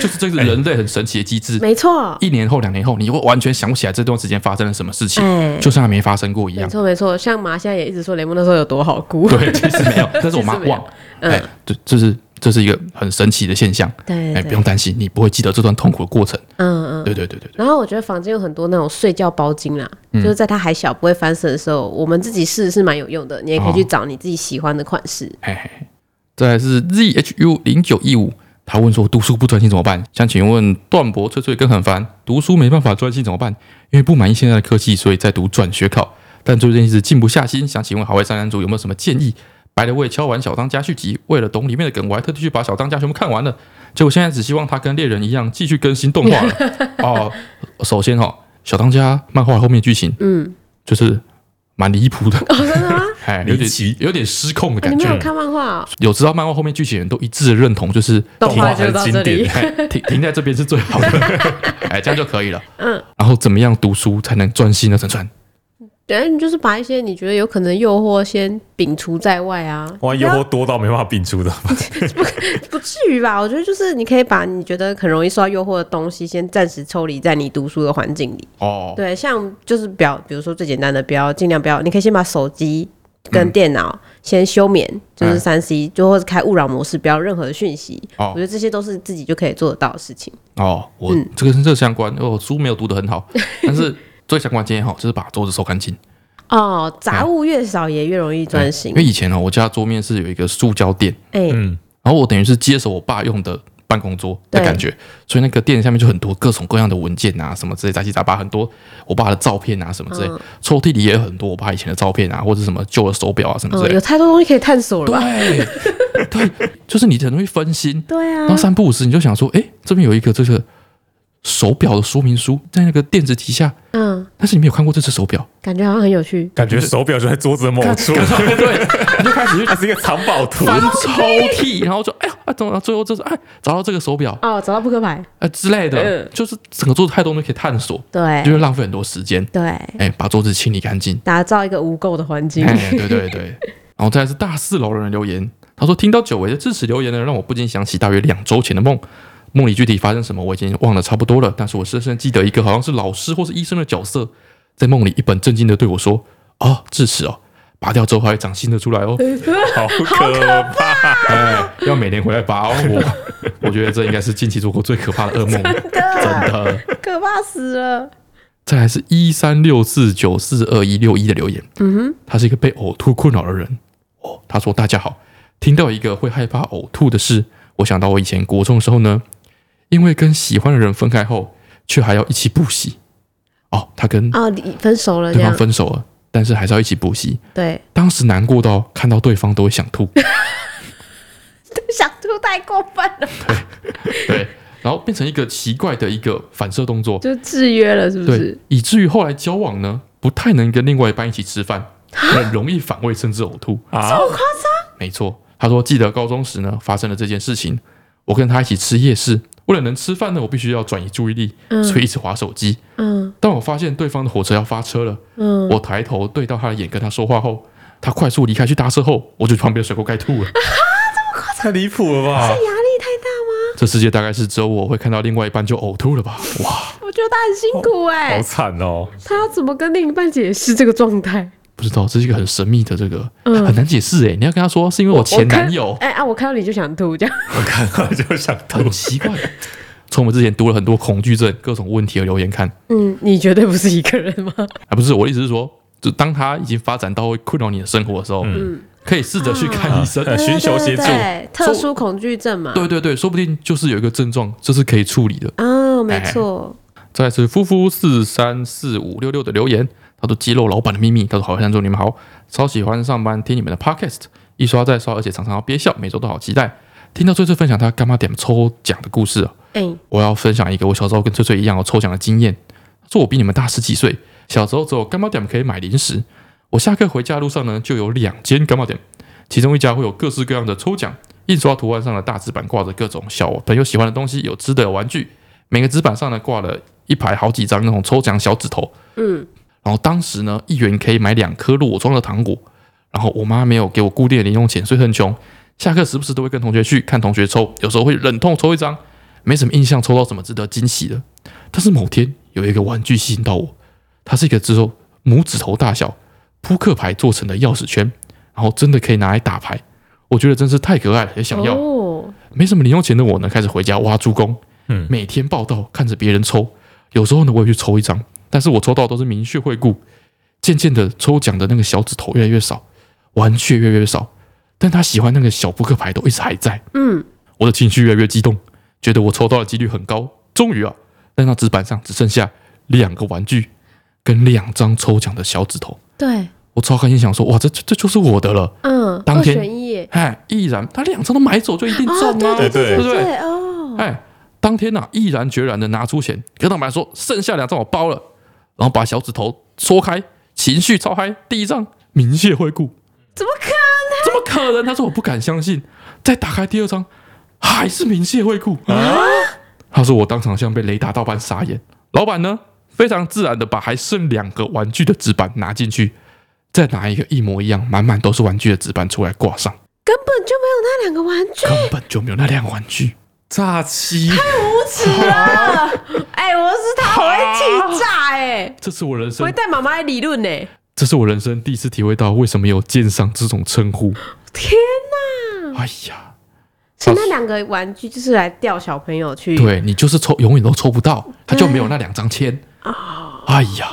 Speaker 2: 就是这个人类很神奇的机制，
Speaker 1: 没错，
Speaker 2: 一年后两年后，你会完全想不起来这段时间发生了什么事情，
Speaker 1: 哎
Speaker 2: 就像还没发生过一
Speaker 1: 没
Speaker 2: 样。
Speaker 1: 错没错。像麻现在也一直说雷蒙那时候有多好哭，
Speaker 2: 对，其实 没有，但是我妈
Speaker 1: 其实没有嗯
Speaker 2: 忘，哎，对，这是这是一个很神奇的现象，
Speaker 1: 对
Speaker 2: 哎，
Speaker 1: 对
Speaker 2: 不
Speaker 1: 对，
Speaker 2: 用担心，你不会记得这段痛苦的过程，
Speaker 1: 嗯嗯。
Speaker 2: 对对对对对，
Speaker 1: 然后我觉得房间有很多那种睡觉包巾啦，
Speaker 2: 嗯
Speaker 1: 就是在他还小不会翻身的时候，我们自己试是蛮有用的。你也
Speaker 2: 哦
Speaker 1: 可以去找你自己喜欢的款式。
Speaker 2: 嘿嘿。嘿再来是 zhu 零九一五，他问说读书不专心怎么办？想请问段博、翠翠跟很烦，读书没办法专心怎么办？因为不满意现在的科技，所以在读转学考，但最近一直静不下心，想请问好味三男主有没有什么建议？白了味敲完小当家续集，为了懂里面的梗，我还特地去把小当家全部看完了。结果现在只希望他跟猎人一样继续更新动画了。哦，首先哦，小当家漫画后面剧情，嗯，就是蛮离谱的，
Speaker 1: 哦，真的 吗？
Speaker 2: 哎，有
Speaker 3: 离
Speaker 2: 点
Speaker 3: 奇
Speaker 2: 有点失控的
Speaker 1: 哎你
Speaker 2: 感
Speaker 1: 没
Speaker 2: 觉。
Speaker 1: 有看漫画哦？
Speaker 2: 有知道漫画后面剧情的人都一致的认同，就是
Speaker 1: 动画就到
Speaker 3: 很
Speaker 1: 这
Speaker 3: 经
Speaker 1: 里
Speaker 3: 典。
Speaker 2: 哎停停在这边是最好的，哎，这样就可以了。嗯，然后怎么样读书才能专心呢？陈川，
Speaker 1: 对，你就是把一些你觉得有可能诱惑先摒除在外啊。
Speaker 3: 哇，诱惑多到没办法摒除的，
Speaker 1: 不至于吧？我觉得就是你可以把你觉得很容易受到诱惑的东西，先暂时抽离在你读书的环境里。
Speaker 2: 哦，
Speaker 1: 对，像就是不要，比如说最简单的，不要尽量不要，你可以先把手机跟电脑先休眠，就是
Speaker 2: 嗯
Speaker 1: 三 C，、就或是开勿扰模式，不要任何的讯息。
Speaker 2: 哦
Speaker 1: 我觉得这些都是自己就可以做得到的事情。
Speaker 2: 哦，我这个跟这个相关，因为我书没有读得很好，但是最相关经验哈，就是把桌子收干净。
Speaker 1: 哦，杂物越少也越容易专心
Speaker 2: 因哎为。以前呢，我家桌面是有一个塑胶垫，
Speaker 1: 哎、
Speaker 3: 嗯，
Speaker 2: 然后我等于是接手我爸用的办公桌的
Speaker 1: 对
Speaker 2: 感觉，所以那个店下面就很多各种各样的文件啊，什么之类杂七杂八，很多我爸的照片啊什么
Speaker 1: 嗯
Speaker 2: 之类，抽屉里也有很多我爸以前的照片啊，或者什么旧的手表啊什么之
Speaker 1: 哦，有
Speaker 2: 类的。
Speaker 1: 太多东西可以探索了吧？
Speaker 2: 对对，就是你很容易分心，
Speaker 1: 对啊
Speaker 2: 然后，三不五时你就想说，哎，这边有一个这个手表的说明书在那个电子机下，
Speaker 1: 嗯，
Speaker 2: 但是你没有看过这只手表，
Speaker 1: 感觉好像很有趣。
Speaker 3: 感觉手表就在桌子 的某处，
Speaker 2: 对，你就开始去
Speaker 3: 它是一个藏宝图。
Speaker 2: 翻抽屉，然后就哎呀，啊，怎么最后就是哎找到这个手表，
Speaker 1: 哦，找到扑克牌，
Speaker 2: 呃之类的
Speaker 1: 嗯，
Speaker 2: 就是整个桌子太多东西可以探索，就
Speaker 1: 对
Speaker 2: 会浪费很多时间。
Speaker 1: 对，
Speaker 2: 哎，把桌子清理干净。
Speaker 1: 打造一个无垢的环境。
Speaker 2: 哎，对对对。然后再来是大四楼的人留言，他说听到久违的支持留言呢，让我不禁想起大约两周前的梦。梦里具体发生什么我已经忘了差不多了，但是我深深记得一个好像是老师或是医生的角色，在梦里一本正经的对我说：“哦，智齿哦，拔掉之后还会长新的出来哦，
Speaker 3: 好可怕！
Speaker 2: 哎，要每年回来拔哦。我”我觉得这应该是近期做过最可怕的噩梦，真的。
Speaker 1: 可怕死了。
Speaker 2: 再来是一三六四九四二一六一的留言，嗯哼，他是一个被呕吐困扰的人。哦，他说：“大家好，听到一个会害怕呕吐的事，我想到我以前国中的时候呢，因为跟喜欢的人分开后，却还要一起补习。哦，他跟
Speaker 1: 哦，你分手了这
Speaker 2: 对
Speaker 1: 样
Speaker 2: 方？分手了，但是还是要一起补习。
Speaker 1: 对，
Speaker 2: 当时难过到看到对方都会想吐。
Speaker 1: 想吐太过分了，
Speaker 2: 对，然后变成一个奇怪的一个反射动作，
Speaker 1: 就制约了，是不
Speaker 2: 对
Speaker 1: 是？，
Speaker 2: 以至于后来交往呢，不太能跟另外一半一起吃 饭，很容易反胃甚至呕吐。
Speaker 3: 啊，
Speaker 2: 没错，他说记得高中时呢发生了这件事情，我跟他一起吃夜市，为了能吃饭呢，我必须要转移注意力，所以一直划手机。
Speaker 1: 嗯
Speaker 2: 当我发现对方的火车要发车了，
Speaker 1: 嗯，
Speaker 2: 我抬头对到他的眼跟他说话后，他快速离开去搭车后，我就去旁边的水沟盖 吐了。
Speaker 3: 太离谱了吧！
Speaker 1: 压力太大
Speaker 2: 这世界大概是只有我会看到另外一半就呕吐了吧？哇，
Speaker 1: 吗？我觉得他很辛苦哎、
Speaker 3: 好惨哦，
Speaker 1: 他要怎么跟另一半解释这个状态？
Speaker 2: 不知道这是一个很神秘的这个，
Speaker 1: 嗯
Speaker 2: 很难解释哎、你要跟他说是因为我前男友
Speaker 1: 我，看哎、啊，我看到你就想吐，这样
Speaker 3: 我看到就想吐
Speaker 2: 很。奇怪。从我们之前读了很多恐惧症各种问题的留言看，
Speaker 1: 嗯，你绝对不是一个人 吗？
Speaker 2: 啊，不是我的意思是说，就当他已经发展到会困扰你的生活的时候，
Speaker 3: 嗯
Speaker 2: 可以试着去看医生。
Speaker 3: 啊呃寻求协助
Speaker 1: 对对对特
Speaker 2: 说
Speaker 1: 殊恐惧症嘛。
Speaker 2: 对对对，说不定就是有一个症状，这是可以处理的。
Speaker 1: 啊，没错，
Speaker 2: 再来是夫妇四三四五六六的留言，他说揭露老板的秘密。他说：“好，山猪你们好，超喜欢上班听你们的 podcast，一刷再刷，而且常常要憋笑，每周都好期待。听到最最分享他干妈点抽奖的故事、啊，
Speaker 1: 哎、
Speaker 2: 我要分享一个我小时候跟翠翠一样有抽奖的经验。说我比你们大十几岁，小时候只有干妈点可以买零食。我下课回家路上呢，就有两间干妈点，其中一家会有各式各样的抽奖，印刷图案上的大纸板挂着各种小朋友喜欢的东西，有吃的有玩具。每个纸板上呢挂了一排好几张那种抽奖小纸头。
Speaker 1: 嗯，
Speaker 2: 然后当时呢，一元可以买两颗裸装的糖果。然后我妈没有给我固定的零用钱，所以很穷。下课时不时都会跟同学去看同学抽，有时候会忍痛抽一张，没什么印象抽到什么值得惊喜的。但是某天有一个玩具吸引到我，它是一个只有拇指头大小扑克牌做成的钥匙圈，然后真的可以拿来打牌。我觉得真是太可爱了，也想要。
Speaker 1: 哦，
Speaker 2: 没什么零用钱的我呢，开始回家挖猪公，
Speaker 3: 嗯
Speaker 2: 每天报道，看着别人抽，有时候呢我也去抽一张，但是我抽到都是明确惠顾。渐渐的，抽奖的那个小指头越来越少，玩具也越来越少，但他喜欢那个小扑克牌都一直还在。
Speaker 1: 嗯，
Speaker 2: 我的情绪越来越激动，觉得我抽到的几率很高。终于啊，但那纸板上只剩下两个玩具跟两张抽奖的小指头。
Speaker 1: 对，
Speaker 2: 我超开心，想说哇，这这这就是我的了。
Speaker 1: 嗯，
Speaker 2: 当
Speaker 1: 二
Speaker 2: 天
Speaker 1: 选一，
Speaker 2: 哎，毅然，他两张都买走，就一定中
Speaker 1: 哦，
Speaker 2: 啊！
Speaker 1: 对对
Speaker 3: 对
Speaker 1: 对
Speaker 2: 对不对
Speaker 1: 对哦，
Speaker 2: 哎，当天呐、毅然决然的拿出钱，跟老板说剩下两张我包了，然后把小指头缩开，情绪超嗨。第一张明谢惠顾，
Speaker 1: 怎么可能？
Speaker 2: 怎么可能？他说我不敢相信。再打开第二张，还是明谢惠顾。
Speaker 3: 啊
Speaker 2: 他说我当场像被雷打到般傻眼。老板呢，非常自然的把还剩两个玩具的纸板拿进去，再拿一个一模一样、满满都是玩具的纸板出来挂上，
Speaker 1: 根本就没有那两个玩具，
Speaker 2: 根本就没有那两个玩具。
Speaker 3: 诈欺，
Speaker 1: 无耻啊！ 哎，我是他，我会气炸 哎，
Speaker 2: 这是我人生
Speaker 1: 我会带妈妈来理论哎呢。
Speaker 2: 这是我人生第一次体会到为什么有鉴赏这种称呼。
Speaker 1: 天哪！
Speaker 2: 哎呀，
Speaker 1: 所以那两个玩具就是来吊小朋友去。
Speaker 2: 对你就是抽，永远都抽不到，他就没有那两张签。
Speaker 1: 哦
Speaker 2: 哎呀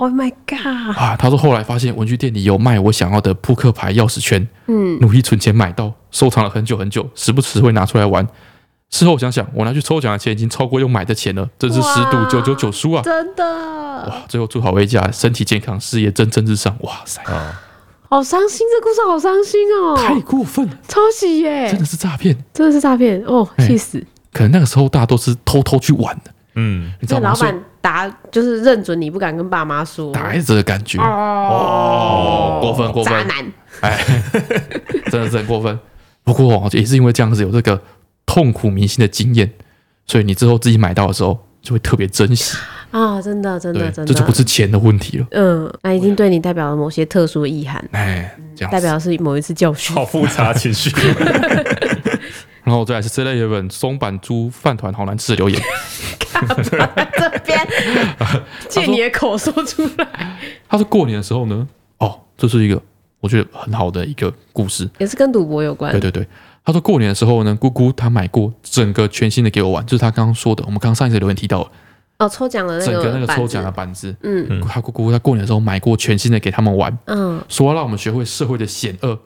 Speaker 1: ，Oh my god！
Speaker 2: 啊！他说后来发现文具店里有卖我想要的扑克牌钥匙圈，
Speaker 1: 嗯，
Speaker 2: 努力存钱买到，收藏了很久很久，时不时会拿出来玩。事后想想，我拿去抽奖的钱已经超过用买的钱了，真是十赌
Speaker 1: 哇
Speaker 2: 九九九输啊！
Speaker 1: 真的，
Speaker 2: 哇，最后祝好威家身体健康，事业蒸蒸日上。哇塞，
Speaker 1: 哦好伤心，这故事好伤心
Speaker 2: 太
Speaker 1: 哦，
Speaker 2: 过分了，
Speaker 1: 抄袭耶
Speaker 2: 真，的是诈骗。
Speaker 1: 真的是诈骗哦，
Speaker 2: 哎
Speaker 1: 气死！
Speaker 2: 可能那个时候大家都是偷偷去玩的，
Speaker 3: 嗯，
Speaker 2: 你知
Speaker 1: 这
Speaker 2: 道吗？
Speaker 1: 老
Speaker 2: 所以
Speaker 1: 板打就是认准你不敢跟爸妈说，
Speaker 2: 打孩子的感觉，
Speaker 1: 嗯哦
Speaker 2: 过分过分
Speaker 1: 渣男，
Speaker 2: 真的是很过分。不过哦也是因为这样子有这个痛苦铭心的经验，所以你之后自己买到的时候就会特别珍惜。
Speaker 1: 啊，真的真
Speaker 2: 对
Speaker 1: 的，真
Speaker 2: 这
Speaker 1: 的，
Speaker 2: 就不是钱的问题了。
Speaker 1: 嗯，那一定对你代表了某些特殊的意涵，
Speaker 2: 哎，这样
Speaker 1: 代
Speaker 2: 子
Speaker 1: 表是某一次教训
Speaker 3: 好。复杂情绪，
Speaker 2: 然后再来是 Seven Eleven 松板猪饭团好难吃的 留言，
Speaker 1: 这 边借你的口说出来。
Speaker 2: 他说过年的时候呢，哦，这是一个我觉得很好的一个故事。
Speaker 1: 也是跟赌博有关
Speaker 2: 对。对对，他说过年的时候呢，姑姑她买过整个全新的给我玩，就是他刚刚说的，我们刚刚上一次留言提到的，
Speaker 1: 哦，抽奖的那
Speaker 2: 整
Speaker 1: 个
Speaker 2: 个那个
Speaker 1: 板
Speaker 2: 抽
Speaker 1: 子
Speaker 2: 奖的，板子，
Speaker 1: 嗯
Speaker 2: 他姑姑她过年的时候买过全新的给他们玩，
Speaker 1: 嗯，
Speaker 2: 说要让我们学会社会的险恶。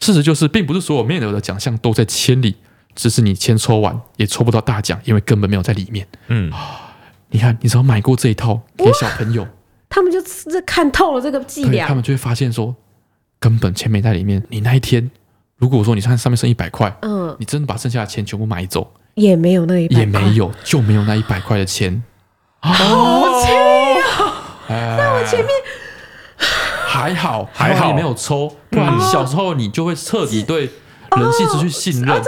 Speaker 2: 事实就是，并不是所有面额的奖项都在千里，只是你千抽完也抽不到大奖，因为根本没有在里面。啊
Speaker 3: 嗯，
Speaker 2: 你看，你只要买过这一套给小朋友，
Speaker 1: 他们就这看透了这个伎
Speaker 2: 对他
Speaker 1: 俩，
Speaker 2: 们就会发现说，根本钱没在里面。你那一天，如果说你看上面剩一百块，
Speaker 1: 嗯，
Speaker 2: 你真的把剩下的钱全部买走，
Speaker 1: 也没有那一百
Speaker 2: 也
Speaker 1: 块
Speaker 2: 没，有，就没有那一百块的钱。
Speaker 1: 好气
Speaker 2: 那我前面还好，
Speaker 3: 还好
Speaker 2: 你没有抽，不然你小时候你就会彻底对人性失去信
Speaker 1: 嗯
Speaker 2: 任，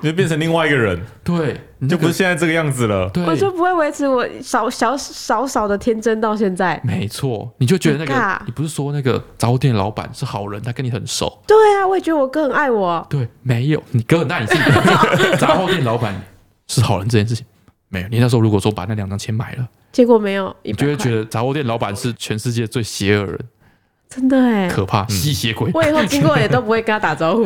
Speaker 3: 你就变成另外一个人，
Speaker 2: 对，你
Speaker 3: 你就不是现在这个样子了。
Speaker 2: 对
Speaker 1: 我，就不会维持我少小少少的天真到现在。
Speaker 2: 没错，你就觉得那
Speaker 1: 尴尬
Speaker 2: 个，你不是说那个杂货店老板是好人，他跟你很熟，
Speaker 1: 对啊，我也觉得我哥很爱我，
Speaker 2: 对，没有，你哥很大，你自己杂货店老板是好人这件事情。没有，你那时候如果说把那两张钱买了，
Speaker 1: 结果没有一
Speaker 2: 你
Speaker 1: 百
Speaker 2: 就会
Speaker 1: 块
Speaker 2: 觉，得杂货店老板是全世界最邪恶的人，
Speaker 1: 真的哎，
Speaker 2: 可怕吸血鬼，
Speaker 1: 我以后经过也都不会跟他打招呼，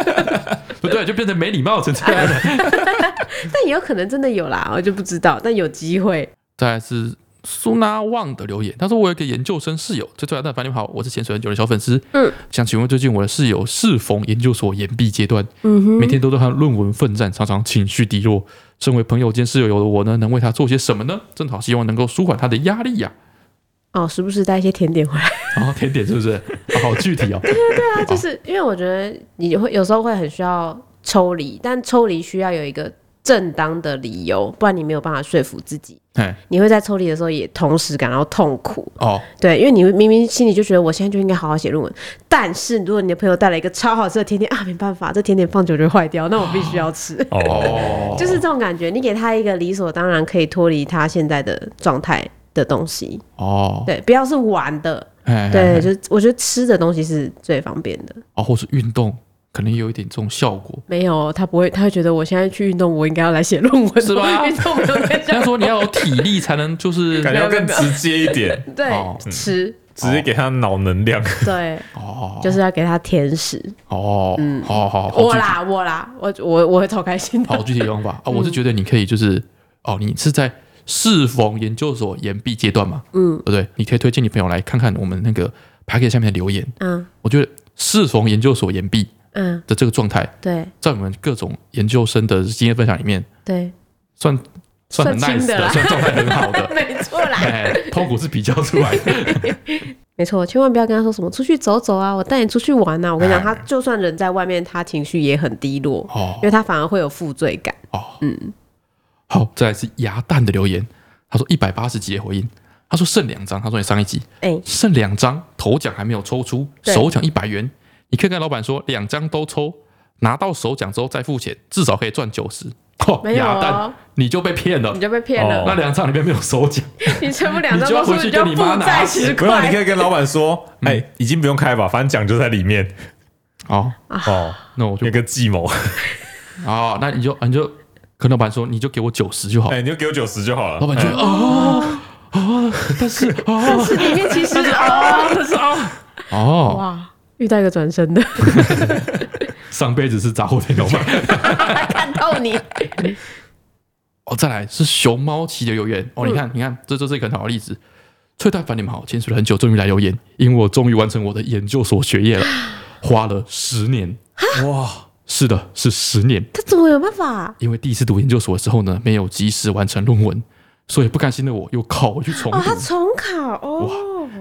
Speaker 2: 不对，就变成没礼貌成这样了。
Speaker 1: 但也有可能真的有啦，我就不知道，但有机会。
Speaker 2: 再来是苏纳旺的留言，他说：“我有一个研究生室友，最最爱的凡你们好，我是潜水很久的小粉丝，
Speaker 1: 嗯，
Speaker 2: 想请问最近我的室友是否研究所延毕阶段，
Speaker 1: 嗯哼，
Speaker 2: 每天都在和论文奋战，常常情绪低落。身为朋友兼室友的我呢，能为他做些什么呢？正好希望能够舒缓他的压力呀、
Speaker 1: 哦，时不时带一些甜点回来。
Speaker 2: 然后甜点是不是？啊好具 体哦。
Speaker 1: 那就是因为我觉得你会有时候会很需要抽离，但抽离需要有一个正当的理由，不然你没有办法说服自己。
Speaker 2: 哎，
Speaker 1: 你会在抽离的时候也同时感到痛苦，
Speaker 2: 哦，
Speaker 1: 对，因为你明明心里就觉得我现在就应该好好写论文，但是如果你的朋友带了一个超好吃的甜点啊，没办法，这甜点放久就会坏掉，那我必须要吃，
Speaker 3: 哦，
Speaker 2: 哦，
Speaker 1: 就是这种感觉。你给他一个理所当然可以脱离他现在的状态的东西，
Speaker 2: 哦，
Speaker 1: 对，不要是玩的，
Speaker 2: 哎，哎
Speaker 1: 对，
Speaker 2: 哎
Speaker 1: 就是我觉得吃的东西是最方便的。
Speaker 2: 哦，或是运动，可能有一点这种效果。
Speaker 1: 没有，他不会，他会觉得我现在去运动，我应该要来写论文，
Speaker 2: 是吧
Speaker 1: 我 运动没有在
Speaker 2: 人
Speaker 1: 想
Speaker 2: 家说你要有体力才能就是
Speaker 3: 感觉要更直接一点，
Speaker 1: 对、
Speaker 2: 哦
Speaker 1: 吃，
Speaker 3: 直接给他脑能量。
Speaker 1: 对，
Speaker 2: 哦
Speaker 1: 就是要给他甜食。
Speaker 2: 哦，好好好，好
Speaker 1: 嗯我
Speaker 2: 具体
Speaker 1: 啦，我啦，我我我会超开心的。
Speaker 2: 好具体的 方法啊、我
Speaker 1: 嗯
Speaker 2: 是觉得你可以就是哦，你是在适逢研究所研毕阶段嘛，嗯，对不对？你可以推荐你朋友来看看我们那个 p a c k e 下面的留言。
Speaker 1: 嗯
Speaker 2: 我觉得适逢研究所研毕
Speaker 1: 嗯，
Speaker 2: 的这个状态，
Speaker 1: 对
Speaker 2: 在我们各种研究生的经验分享里面，
Speaker 1: 对，
Speaker 2: 算算很
Speaker 1: 算
Speaker 2: nice
Speaker 1: 轻的
Speaker 2: 的，
Speaker 1: 啦
Speaker 2: 算状态很 好的。
Speaker 1: 没错啦，
Speaker 2: 哎，痛苦是比较出来 的，
Speaker 1: 没错，千万不要跟他说什么出去走走啊，我带你出去玩啊。我跟你讲，他就算人在外面，他情绪也很低落，
Speaker 2: 哎哦
Speaker 1: 因为他反而会有负罪感。嗯
Speaker 2: 好，再来是鸭蛋的留言，他说一百八十集的回应，他说剩两张，他说你上一集
Speaker 1: 哎、
Speaker 2: 剩两张，头奖还没有抽出，
Speaker 1: 对
Speaker 2: 首奖一百元，你可以跟老板说两张都抽，拿到首奖之后再付钱，至少可以赚九十。哦
Speaker 1: 没有
Speaker 2: 鸭
Speaker 1: 哦
Speaker 2: 蛋，你就被骗了
Speaker 1: 你。就被骗了，
Speaker 3: 哦
Speaker 2: 那两张里面没有首奖，
Speaker 1: 你全部两张
Speaker 2: 你就要
Speaker 1: 都
Speaker 2: 回
Speaker 1: 是
Speaker 2: 去
Speaker 1: 你就
Speaker 2: 跟你妈
Speaker 1: 负
Speaker 2: 拿
Speaker 1: 债十
Speaker 3: 不用，你可
Speaker 1: 块。
Speaker 3: 以跟老板说，哎，已经不用开吧，反正奖就在里面。
Speaker 2: 哦，
Speaker 3: 哦，
Speaker 2: 那我就
Speaker 3: 有个计谋，
Speaker 2: 哦，那你就你就跟老板说，你就给我九十就好。
Speaker 3: 哎，你就给我九十就好了。
Speaker 2: 老板就哦哦，但是哦
Speaker 1: 是里 面其实哦，他说
Speaker 2: 哦，
Speaker 1: 哇，遇到一个转身的。
Speaker 2: 上辈子是杂货店老板。
Speaker 1: 看透你。
Speaker 2: 哦，再来是熊猫级的留言哦，你看，你看，这这是一个很好的例子。崔大凡，你们好，潜水了很久，终于来留言，因为我终于完成我的研究所学业了，花了十 年。
Speaker 3: 哇，
Speaker 2: 是的，是十年，
Speaker 1: 他怎么有办法、
Speaker 2: 因为第一次读研究所的时候呢，没有及时完成论文，所以不甘心的我又考回去重
Speaker 1: 哦，他
Speaker 2: 读。
Speaker 1: 重考哦。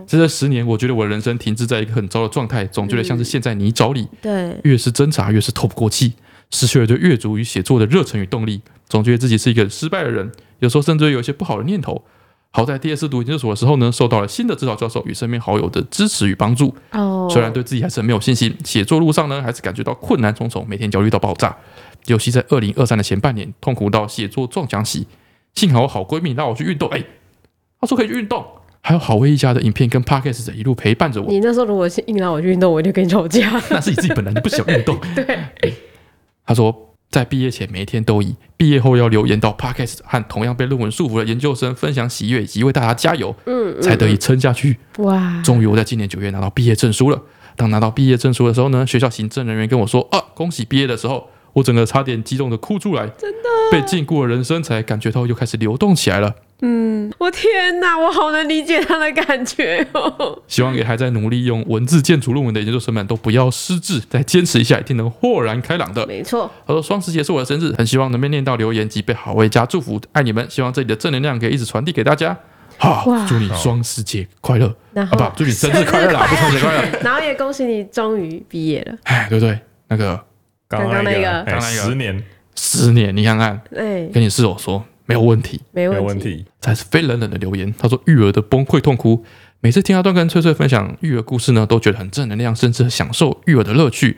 Speaker 2: 在这十年，我觉得我的人生停滞在一个很糟的状态，总觉得像是陷在泥沼里，
Speaker 1: 对，
Speaker 2: 越是挣扎，越是透不过气，失去了对阅读与写作的热忱与动力，总觉得自己是一个失败的人，有时候甚至有一些不好的念头。好在第二次读研究所的时候呢，受到了新的指导教授与身边好友的支持与帮助，
Speaker 1: 哦，
Speaker 2: 虽然对自己还是很没有信心，写作路上呢还是感觉到困难重重，每天焦虑到爆炸。尤其在二零二三的前半年，痛苦到写作撞墙期。幸好我好闺蜜拉我去运动，哎、她说可以去运动，还有好味一家的影片跟 podcast 的一路陪伴着 我。
Speaker 1: 你那时候如 果是硬让我去运动，我就跟你吵架。
Speaker 2: 那是你自己本来就不想运动。对，他说在毕业前每一天都以毕业后要留言到 podcast 和同样被论文束缚的研究生分享喜悦以及为大家加油，
Speaker 1: 嗯，
Speaker 2: 才得以撑下去。
Speaker 1: 哇，
Speaker 2: 终于我在今年九月拿到毕业证书了。当拿到毕业证书的时候呢，学校行政人员跟我说：“啊，恭喜毕业”的时候，我整个差点激动的哭出来，真的被禁锢的人生才感觉到又开始流动起来了。
Speaker 1: 我天哪，我好能理解他的感觉哦。
Speaker 2: 希望给还在努力用文字建筑论文的研究生们都不要失志，再坚持一下，一定能豁然开朗的。
Speaker 1: 没错，
Speaker 2: 他说：“双十节是我的生日，很希望能被念到留言及被好味加祝福，爱你们！希望这里的正能量可以一直传递给大家。好
Speaker 1: 哇，
Speaker 2: 祝你双十节快乐！
Speaker 1: 然
Speaker 2: 啊，
Speaker 1: 后
Speaker 2: 不，祝你生日快乐啦！不是双十节快乐！
Speaker 1: 然后也恭喜你终于毕业了，
Speaker 2: 哎，对不对？那个
Speaker 3: 刚
Speaker 1: 刚那个
Speaker 3: 哎
Speaker 2: 刚刚那个
Speaker 3: 十年
Speaker 2: 十年，你看看，
Speaker 1: 哎，
Speaker 2: 跟你室友说没有问题，
Speaker 1: 没
Speaker 3: 没有问
Speaker 1: 题。
Speaker 3: 题，
Speaker 2: 才是非冷冷的留言。他说育儿的崩溃痛哭，每次听阿段跟翠翠分享育儿故事呢，都觉得很正能量，甚至享受育儿的乐趣。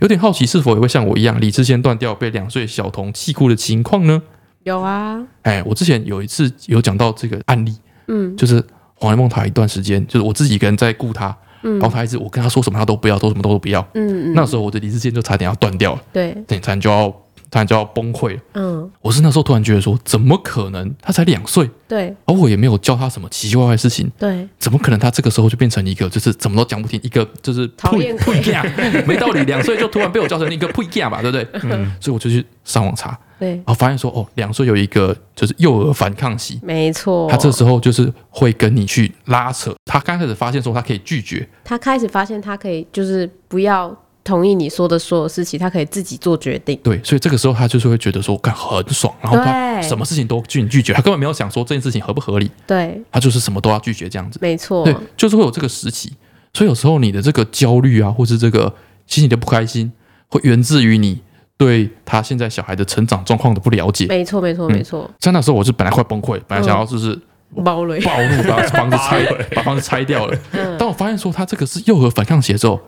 Speaker 2: 有点好奇是否也会像我一样理智线断掉，被两岁小童气哭的情况呢？
Speaker 1: 有啊，
Speaker 2: 哎，我之前有一次有讲到这个案例，
Speaker 1: 嗯
Speaker 2: 就是黄连梦他一段时间，就是我自己一个人在顾他，然后他一直我跟他说什么他都不要，说什么都不要。
Speaker 1: 嗯嗯，
Speaker 2: 那时候我的理智线就差点要断掉了，
Speaker 1: 对，
Speaker 2: 对，差点就要差点就要崩溃了。
Speaker 1: 嗯
Speaker 2: 我是那时候突然觉得说，怎么可能？他才两岁，
Speaker 1: 对
Speaker 2: 而我也没有教他什么奇奇怪怪的事情，
Speaker 1: 对，
Speaker 2: 怎么可能他这个时候就变成一个就是怎么都讲不听，一个就是
Speaker 1: 讨厌鬼
Speaker 2: 呸 呀，没道理，两岁就突然被我教成一个呸呀吧，对不对？
Speaker 3: 嗯，
Speaker 2: 所以我就去上网查，
Speaker 1: 对
Speaker 2: 然，后发现说，哦，两岁有一个就是幼儿反抗期，
Speaker 1: 没错。
Speaker 2: 他这时候就是会跟你去拉扯。他刚开始发现说他可以拒绝，
Speaker 1: 他开始发现他可以就是不要同意你说的所有事情，他可以自己做决定。
Speaker 2: 对，所以这个时候他就是会觉得说，干很爽，然后他
Speaker 1: 对
Speaker 2: 什么事情都拒拒绝，他根本没有想说这件事情合不合理，
Speaker 1: 对，
Speaker 2: 他就是什么都要拒绝这样子。
Speaker 1: 没错
Speaker 2: 对，，就是会有这个时期。所以有时候你的这个焦虑啊，或是这个心里的不开心，会源自于你对他现在小孩的成长状况的不了解。
Speaker 1: 没错，没错，
Speaker 2: 嗯
Speaker 1: 没错，
Speaker 2: 像那时候我是本来快崩溃，本来想要就是
Speaker 1: 包雷。
Speaker 2: 暴怒把房子 拆，把房子拆掉了。
Speaker 1: 嗯
Speaker 2: 当我发现说他这个是幼儿反抗期的时候，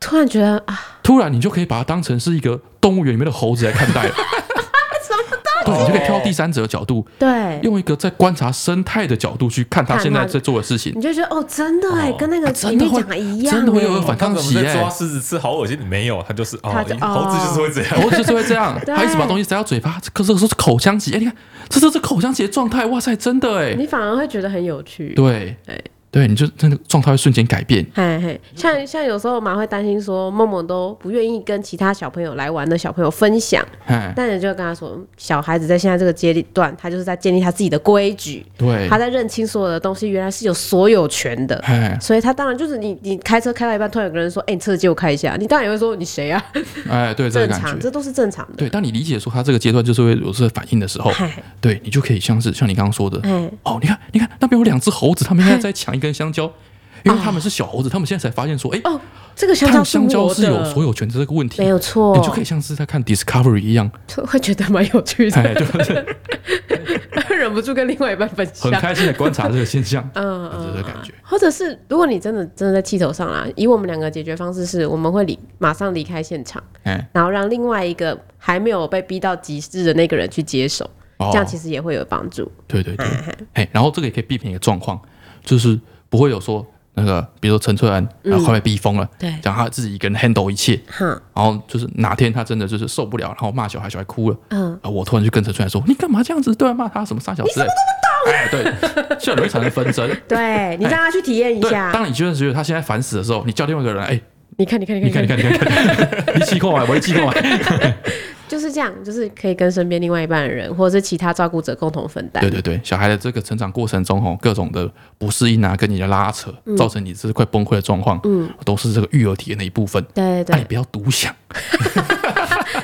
Speaker 1: 突然觉得啊，
Speaker 2: 突然你就可以把它当成是一个动物园里面的猴子来看 待了。对，你就可以跳到第三者的角度，
Speaker 1: 对，
Speaker 2: 用一个在观察生态的角度去看他
Speaker 1: 看他
Speaker 2: 现在在做的事情
Speaker 1: 你。就觉得哦，真的哎，
Speaker 3: 哦
Speaker 1: 跟那个
Speaker 2: 啊真
Speaker 1: 里
Speaker 2: 的
Speaker 1: 面
Speaker 2: 会
Speaker 1: 讲的一样哎，
Speaker 2: 真的会有反抗
Speaker 3: 刚
Speaker 2: 期
Speaker 3: 我们在
Speaker 2: 耶
Speaker 3: 抓、狮子吃好恶心，没有，他就是哦，
Speaker 1: 他就
Speaker 3: 猴子就是会这样，
Speaker 2: 猴子就是会这样，
Speaker 1: 对
Speaker 2: 他一直把东西塞到嘴巴，这个这个时候是口腔期，哎，你看，这这是口腔期的状态，哇塞，真的哎，
Speaker 1: 你反而会觉得很有趣。
Speaker 2: 对
Speaker 1: 对
Speaker 2: 对，你就那个状态会瞬间改变，
Speaker 1: 嘿嘿，像像有时候我妈会担心说，梦梦都不愿意跟其他小朋友来玩的小朋友分享，
Speaker 2: 哎，
Speaker 1: 但你就跟她说，嗯小孩子在现在这个阶段，他就是在建立他自己的规矩，
Speaker 2: 对
Speaker 1: 他，在认清所有的东西原来是有所有权的，
Speaker 2: 哎
Speaker 1: 所以他当然就是你，你开车开到一半，突然有个人说：“哎、你车子借我开一下。”你当然也会说：“你谁啊
Speaker 2: 哎，？”对，这个
Speaker 1: 正
Speaker 2: 感
Speaker 1: 常，
Speaker 2: 觉。
Speaker 1: 这都是正常的。
Speaker 2: 对，当你理解说他这个阶段就是会有这个反应的时候，
Speaker 1: 嗨，
Speaker 2: 对你就可以像是像你刚刚说的，
Speaker 1: 哎，
Speaker 2: 哦，你看，你看那边有两只猴子，他们现在在抢一根香蕉，因为他们是小猴子，他们现在才发现说，哎、
Speaker 1: 哦，这个香
Speaker 2: 他
Speaker 1: 蕉
Speaker 2: 们香蕉
Speaker 1: 是
Speaker 2: 是有所
Speaker 1: 有，
Speaker 2: 有权的这个问题
Speaker 1: 没，有错，
Speaker 2: 你就可以像是在看 Discovery 一样，
Speaker 1: 就会觉得蛮有趣
Speaker 2: 哎，
Speaker 1: 的，
Speaker 2: 就是
Speaker 1: 忍不住跟另外一半分
Speaker 2: 很
Speaker 1: 享。
Speaker 2: 开心的观察这个现象，
Speaker 1: 嗯
Speaker 2: 这个感觉。
Speaker 1: 或者是，如果你真的真的在气头上啦，以我们两个解决方式是，我们会离马上离开现场，
Speaker 2: 哎，
Speaker 1: 然后让另外一个还没有被逼到极致的那个人去接手，
Speaker 2: 哦
Speaker 1: 这样其实也会有帮助。
Speaker 2: 对对对，哎，然后这个也可以避免一个状况，就是不会有说那个，比如说陈翠安，然后快被逼疯了，
Speaker 1: 嗯对
Speaker 2: 讲他自己一个人 handle 一切，
Speaker 1: 哈，
Speaker 2: 然后就是哪天他真的就是受不了，然后骂小孩，小孩哭了，
Speaker 1: 嗯，
Speaker 2: 啊，我突然就跟陈春兰说：“你干嘛这样子？对啊，骂他什么三小时？” 你什么都不懂。哎，对，就很容易产生纷争。
Speaker 1: 对你让他去体验一
Speaker 2: 对，
Speaker 1: 下，
Speaker 2: 当你觉得觉得他现在烦死的时候，你叫另外一个人，哎，
Speaker 1: 你看，你看，你看，
Speaker 2: 你看，你看，你看，你看 你气控啊，我一气控啊，
Speaker 1: 就是这样，就是可以跟身边另外一半的人，或者是其他照顾者共同分担
Speaker 2: 对。对对，小孩的这个成长过程中，吼，各种的不适应啊，跟你的拉扯，
Speaker 1: 嗯
Speaker 2: 造成你这快崩溃的状况，嗯，都是这个育儿体验的一部分。
Speaker 1: 对
Speaker 2: 哎
Speaker 1: 对
Speaker 2: 那你
Speaker 1: 对，
Speaker 2: 不要独享，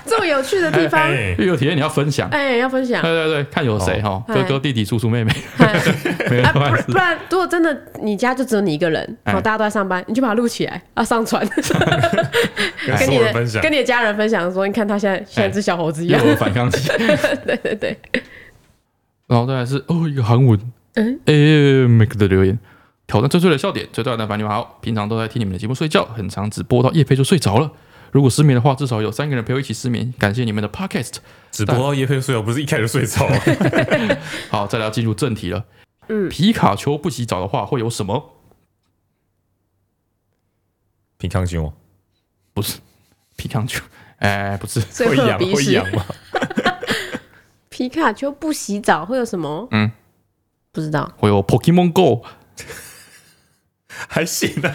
Speaker 1: 这么有趣的地方，
Speaker 3: 哎，
Speaker 2: 育儿体验你要分享。
Speaker 1: 哎，要分享
Speaker 2: 对。对对，看有谁哈，
Speaker 1: 哎
Speaker 2: 哥哥、弟弟、叔叔、妹妹，
Speaker 1: 哎
Speaker 2: 没人
Speaker 1: 啊，
Speaker 2: 坏事
Speaker 1: 不不然，如果真的你家就只有你一个人，
Speaker 2: 哎
Speaker 1: 然后大家都在上班，你就把它录起来啊，上 传，
Speaker 3: 跟
Speaker 1: 跟
Speaker 3: 所
Speaker 1: 你
Speaker 3: 有人分
Speaker 1: 的
Speaker 3: 享
Speaker 1: 跟，你的家人分享说，你看他现在现在只小猴子一
Speaker 2: 幼
Speaker 1: 样。
Speaker 2: 儿反抗
Speaker 1: 哎
Speaker 2: 期。
Speaker 1: 对对对，
Speaker 2: 然后再来是哦，一个韩文，
Speaker 1: 嗯
Speaker 2: 诶 m a k e 的留言挑战最最的笑点，最大的烦你们好，平常都在听你们的节目睡觉，很常只播到夜配就睡着了。如果失眠的话，至少有三个人陪我一起失眠。感谢你们的 podcast。
Speaker 3: 只不过叶佩睡，我不是一开始睡着，
Speaker 2: 好，再来要进入正题了。
Speaker 1: 嗯
Speaker 2: 皮卡丘不洗澡的话会有什么？
Speaker 3: 平康熊，
Speaker 2: 皮卡丘，哎，不是，
Speaker 1: 所以
Speaker 3: 会
Speaker 1: 会有
Speaker 3: 痒
Speaker 1: 鼻
Speaker 3: 会
Speaker 1: 屎
Speaker 3: 痒吗？
Speaker 1: 皮卡丘不洗澡会有什么？
Speaker 2: 嗯，
Speaker 1: 不知道。
Speaker 2: 会有 Pokemon Go，
Speaker 3: 还行啊，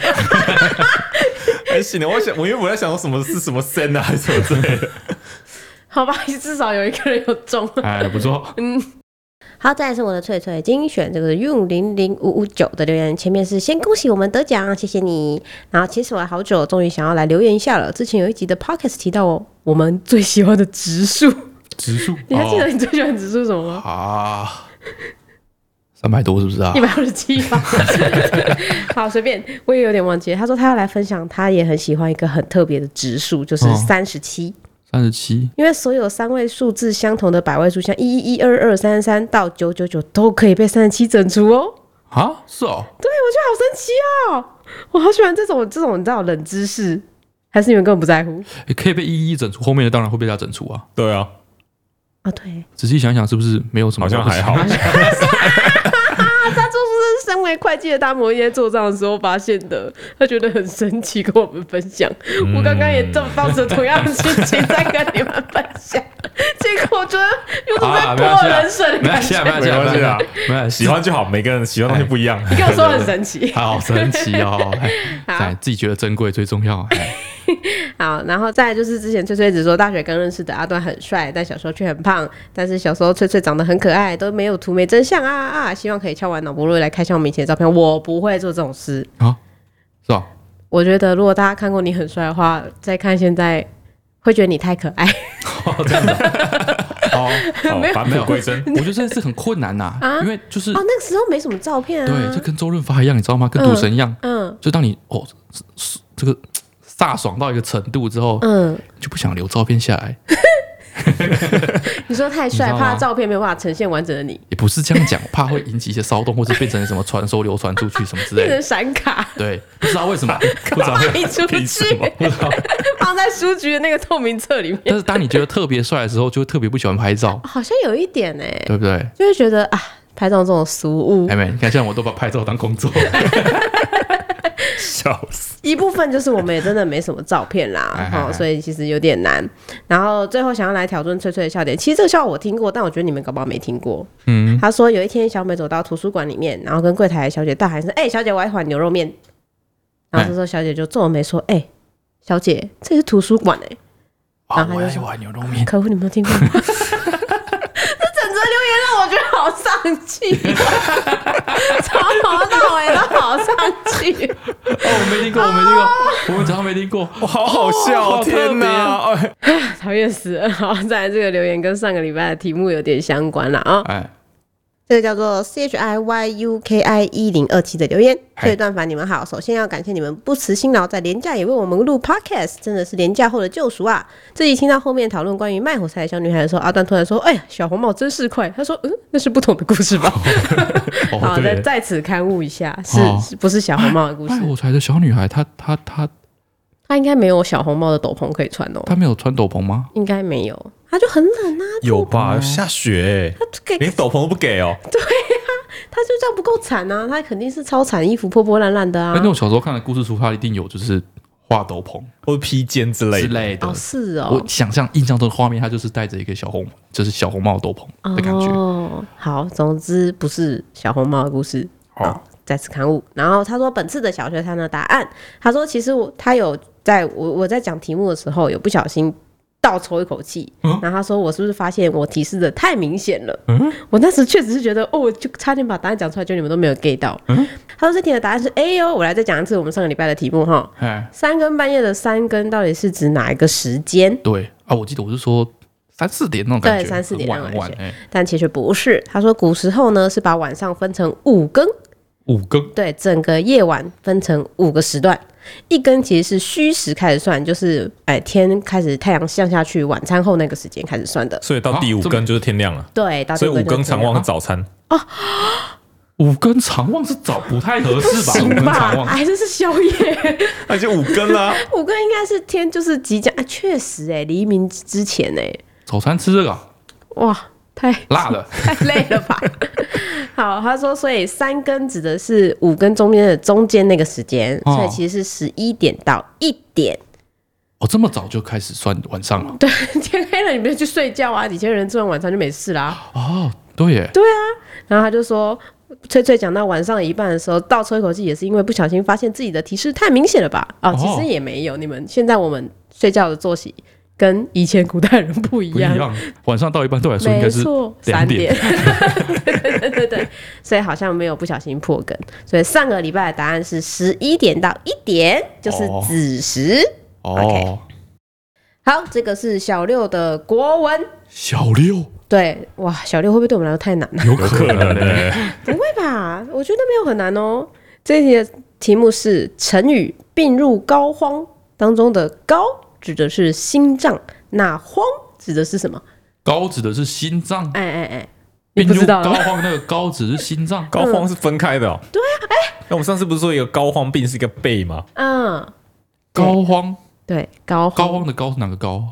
Speaker 3: 还行啊。我想，我因为我在想说什么是什么森啊，还是什么之类的。
Speaker 1: 好吧，至少有一个人有中。
Speaker 2: 哎，不错，
Speaker 1: 好，再来是我的翠翠精选，这个是用零零五五九的留言，前面是先恭喜我们得奖，谢谢你。然后其实我好久终于想要来留言一下了，之前有一集的 podcast 提到我我们最喜欢的植树，
Speaker 2: 植树
Speaker 1: 你还记得你最喜欢植树是什么吗？
Speaker 2: 啊，三百多是不是啊
Speaker 1: 一？百二十七吧。 好，随便，我也有点忘记了。他说他要来分享，他也很喜欢一个很特别的植数，就是
Speaker 2: 哦
Speaker 1: 三十七。
Speaker 2: 三十七，
Speaker 1: 因为所有三位数字相同的百位数，像一一一二二三三到九九九，都可以被三十七整除哦。
Speaker 2: 啊，是哦，
Speaker 1: 对，哎我觉得好神奇哦，我好喜欢这种这种你知道冷知识，还是你们根本不在乎
Speaker 2: 也可以被一一整除，后面的当然会被他整除啊。
Speaker 3: 对啊，
Speaker 1: 啊？对，
Speaker 2: 仔细想想，是不是没有什么？
Speaker 3: 好像还 好。
Speaker 1: 他就是身为会计的大摩耶做账的时候发现的，他觉得很神奇，跟我们分享。
Speaker 2: 嗯
Speaker 1: 我刚刚也正抱着同样的事情在跟你们分享，结果我觉得又是在
Speaker 2: 啊，没
Speaker 1: 泼
Speaker 2: 关
Speaker 1: 冷
Speaker 2: 系
Speaker 1: 水
Speaker 2: 啊，
Speaker 1: 的感
Speaker 2: 没关系
Speaker 1: 觉。
Speaker 2: 啊，没关系啊，
Speaker 3: 没关系啊
Speaker 2: 没关
Speaker 3: 喜
Speaker 2: 系。
Speaker 3: 欢就好，每个人喜欢的东西不一样。
Speaker 1: 你跟我说很神奇，
Speaker 2: 好神奇哦！ 哎
Speaker 1: 好
Speaker 2: 哎，自己觉得珍贵最重要。哎
Speaker 1: 好，然后再来就是之前翠翠只说大学刚认识的阿段很帅，但小时候却很胖。但是小时候翠翠长得很可爱，都没有图没真相啊啊啊！希望可以敲完脑波瑞来开箱我们以前的照片。我不会做这种事。
Speaker 2: 啊，是吧？
Speaker 1: 我觉得如果大家看过你很帅的话，再看现在会觉得你太可爱
Speaker 2: 哦，这样子啊。哦，
Speaker 3: 好，返璞归 真。
Speaker 2: 我觉得这件事很困难呐，因为就 是
Speaker 1: 哦。那个时候没什么照片啊。
Speaker 2: 对，这跟周润发一样，你知道吗？跟赌神一样，
Speaker 1: 嗯
Speaker 2: 就当你哦这个飒爽到一个程度之后，
Speaker 1: 嗯，
Speaker 2: 就不想留照片下来。
Speaker 1: 你说太帅，
Speaker 2: 你知道吗
Speaker 1: 怕照片没有办法呈现完整的你，
Speaker 2: 也不是这样讲，怕会引起一些骚动，或者变成什么传说流传出去什么之类
Speaker 1: 变成
Speaker 2: 的。
Speaker 1: 闪卡。
Speaker 2: 对，不知道为 什么，不知道为什么。
Speaker 1: 飞 出
Speaker 3: 凭
Speaker 1: 去
Speaker 3: 什么，
Speaker 1: 放在书局的那个透明册 里面，
Speaker 2: 但是当你觉得特别帅的时候，就会特别不喜欢拍照，
Speaker 1: 好像有一点哎、
Speaker 2: 对不对？
Speaker 1: 就会觉得啊，拍照这种俗物，
Speaker 2: 哎妹，你看现在我都把拍照当工作，，
Speaker 3: 笑死！
Speaker 1: 一部分就是我们也真的没什么照片啦
Speaker 2: 哎哎
Speaker 1: 好，
Speaker 2: 哎
Speaker 1: 所以其实有点难。然后最后想要来挑战翠翠的笑点，其实这个笑话我听过，但我觉得你们搞不好没听过。
Speaker 2: 嗯，
Speaker 1: 他说有一天小美走到图书馆里面，然后跟柜台的小姐大喊声：“哎、
Speaker 2: 嗯
Speaker 1: 小姐，我要一碗牛肉面。”
Speaker 2: 哎
Speaker 1: 然后这时候小姐就皱眉说：“哎、小姐，这是图书馆哎、
Speaker 2: 啊
Speaker 1: 然，后
Speaker 2: 我
Speaker 1: 他就
Speaker 2: 要
Speaker 1: 说
Speaker 2: 一碗牛肉面，
Speaker 1: 可恶，你没有听过 吗？”这整则留言让我觉得好丧 气 哦，从头到尾都好丧气。
Speaker 2: 哦，我没听过，我没
Speaker 1: 啊
Speaker 2: 听 过，我们早上没听过，
Speaker 3: 哇，好好笑哦！
Speaker 2: 好特别
Speaker 3: 天哪！哎
Speaker 1: 讨厌死了！好，再来这个留言跟上个礼拜的题目有点相关了啊、
Speaker 2: 哎，
Speaker 1: 这个叫做 C H I Y U K I 一零二七的留言，
Speaker 2: 嗨
Speaker 1: 这一段凡你们好，首先要感谢你们不辞辛劳，在廉价也为我们录 podcast，真的是廉价后的救赎啊！这集听到后面讨论关于卖火柴的小女孩的时候，阿段突然说：“哎呀，小红帽真是快！”他说：“嗯，那是不同的故事吧？”好，再
Speaker 3: 对
Speaker 1: 在此刊物一下，是
Speaker 2: 哦哎
Speaker 1: 是不是小红帽的故事
Speaker 2: 卖？火柴的小女孩，她她她
Speaker 1: 她应该没有小红帽的斗篷可以穿哦，
Speaker 2: 她没有穿斗篷吗？
Speaker 1: 应该没有，她就很冷啊，
Speaker 3: 有吧？下雪
Speaker 1: 她给
Speaker 3: 哎，连斗篷都不给哦。
Speaker 1: 他就这样不够惨啊，他肯定是超惨，衣服破破烂烂的啊
Speaker 2: 哎，那。我小时候看的故事书，它一定有就是画斗篷
Speaker 3: 或者披肩之类
Speaker 2: 之
Speaker 3: 的。
Speaker 2: 类的
Speaker 1: 哦，。是哦
Speaker 2: 我，想象印象中的画面，她就是戴着一个小红，就是小红帽斗篷的感觉。
Speaker 1: 哦，好，总之不是小红帽的故事。
Speaker 2: 好
Speaker 1: 好，再次刊物。然后他说，本次的小学生的答案，他说其实我他有在我我在讲题目的时候有不小心。倒抽一口气，
Speaker 2: 嗯
Speaker 1: 然后他说：“我是不是发现我提示的太明显了？”
Speaker 2: 嗯
Speaker 1: 我那时确实是觉得，哦，我就差点把答案讲出来，就你们都没有 get 到。
Speaker 2: 嗯
Speaker 1: 他说：“这题的答案是 A 哦。”我来再讲一次我们上个礼拜的题目哈。
Speaker 2: 哎，
Speaker 1: 三更半夜的三更到底是指哪一个时间？
Speaker 2: 对啊，我记得我是说三四点那种感觉，
Speaker 1: 对三四点
Speaker 2: 很
Speaker 1: 那
Speaker 2: 晚
Speaker 1: 种
Speaker 2: 很晚
Speaker 1: 感，
Speaker 2: 哎，
Speaker 1: 但其实不是。他说古时候呢是把晚上分成五更，
Speaker 2: 五更
Speaker 1: 对，整个夜晚分成五个时段。一更其实是虚时开始算，就是哎天开始太阳降下去，晚餐后那个时间开始算的。
Speaker 3: 所以到
Speaker 1: 啊
Speaker 3: 第五更就是天亮了，
Speaker 1: 对，到
Speaker 3: 所以
Speaker 1: 这个
Speaker 3: 五更
Speaker 1: 就是这样
Speaker 3: 常忘是早餐。
Speaker 2: 五更常旺是早不太 合适吧？五
Speaker 1: 行
Speaker 2: 更常
Speaker 1: 吧？
Speaker 2: 旺，
Speaker 1: 还是是宵夜。
Speaker 3: 那就五更 啦。
Speaker 1: 五更应该是天，就是即将啊，确实哎、黎明之前哎、
Speaker 2: 早餐吃这个啊
Speaker 1: 哇，太
Speaker 2: 辣的，
Speaker 1: 太累了吧？ 好，他说，所以三更指的是五更中间的中间那个时间，
Speaker 2: 哦
Speaker 1: 所以其实是十一点到一点。
Speaker 2: 哦，这么早就开始算晚上了？
Speaker 1: 对，天黑了你们就去睡觉啊，以前人吃完晚餐就没事啦。
Speaker 2: 哦，对耶，
Speaker 1: 然后他就说。翠翠讲到晚上一半的时候，倒抽一口气，也是因为不小心发现自己的提示太明显了吧？啊、
Speaker 2: 哦
Speaker 1: 其实也没有，你们现在我们睡觉的作息跟以前古代人不一
Speaker 2: 不一
Speaker 1: 样，
Speaker 2: 样。晚上到一半对我来说应该
Speaker 1: 没
Speaker 2: 是
Speaker 1: 错，
Speaker 2: 2
Speaker 1: 三
Speaker 2: 点。
Speaker 1: 对对对对对，所以好像没有不小心破梗。所以上个礼拜的答案是十一点到一点，就是
Speaker 2: 哦
Speaker 1: 子时。
Speaker 2: 哦，
Speaker 1: 好，这个是小六的国文。
Speaker 2: 小六
Speaker 1: 对，哇，小六会不会对我们来说太难了？
Speaker 2: 有可
Speaker 3: 可能欸
Speaker 2: 能耶
Speaker 3: 的，
Speaker 1: 不会吧？我觉得没有很难哦。这题的题目是成语“病入膏肓”当中的“膏”指的是心脏，那“肓”指的是什么？
Speaker 2: 高指的是心脏，
Speaker 1: 哎哎哎，你
Speaker 2: 并
Speaker 1: 不知道
Speaker 2: 高
Speaker 1: 了？
Speaker 2: 肓那个高指是心脏，
Speaker 3: 膏肓是分开的哦。对啊，哎，那我们上次不是说有膏肓病是一个背吗？
Speaker 1: 嗯，
Speaker 2: 高肓
Speaker 1: 对，膏
Speaker 2: 高
Speaker 1: 肓。
Speaker 2: 肓的高是哪个高？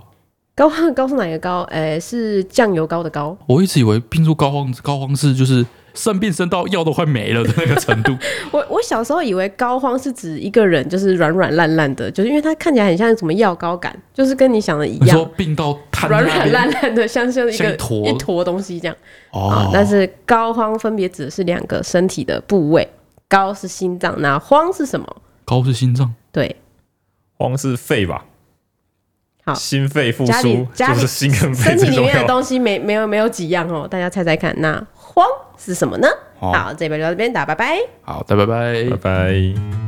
Speaker 1: 高 肓高是哪个高？哎、是酱油膏的膏。
Speaker 2: 我一直以为病入膏肓，高肓是就是生病生到药都快没了的那个程 度。
Speaker 1: 我我小时候以为膏肓是指一个人就是软软烂烂的，就是因为它看起来很像什么药膏感，就是跟你想的一
Speaker 2: 你说
Speaker 1: 样，
Speaker 2: 病到瘫在
Speaker 1: 软
Speaker 2: 那
Speaker 1: 软
Speaker 2: 边
Speaker 1: 烂烂的，像像一
Speaker 2: 像
Speaker 1: 个
Speaker 2: 一坨
Speaker 1: 一坨东西这样。啊
Speaker 2: 哦，，
Speaker 1: 但是膏肓分别指的是两个身体的部位，膏是心脏，那肓是什么？
Speaker 2: 高是心脏，
Speaker 1: 对，
Speaker 3: 肓是肺吧？
Speaker 1: 好
Speaker 3: 心肺复
Speaker 1: 家里
Speaker 3: 苏
Speaker 1: 家
Speaker 3: 就
Speaker 1: 里
Speaker 3: 是心跟肺
Speaker 1: 身体
Speaker 3: 最
Speaker 1: 里
Speaker 3: 重
Speaker 1: 面的
Speaker 3: 要。
Speaker 1: 东西没没有没有几样哦，大家猜猜看，那肓是什么呢？
Speaker 2: 哦
Speaker 1: 好，这边就到这边打，拜拜。
Speaker 2: 好的，拜拜
Speaker 3: 拜。拜。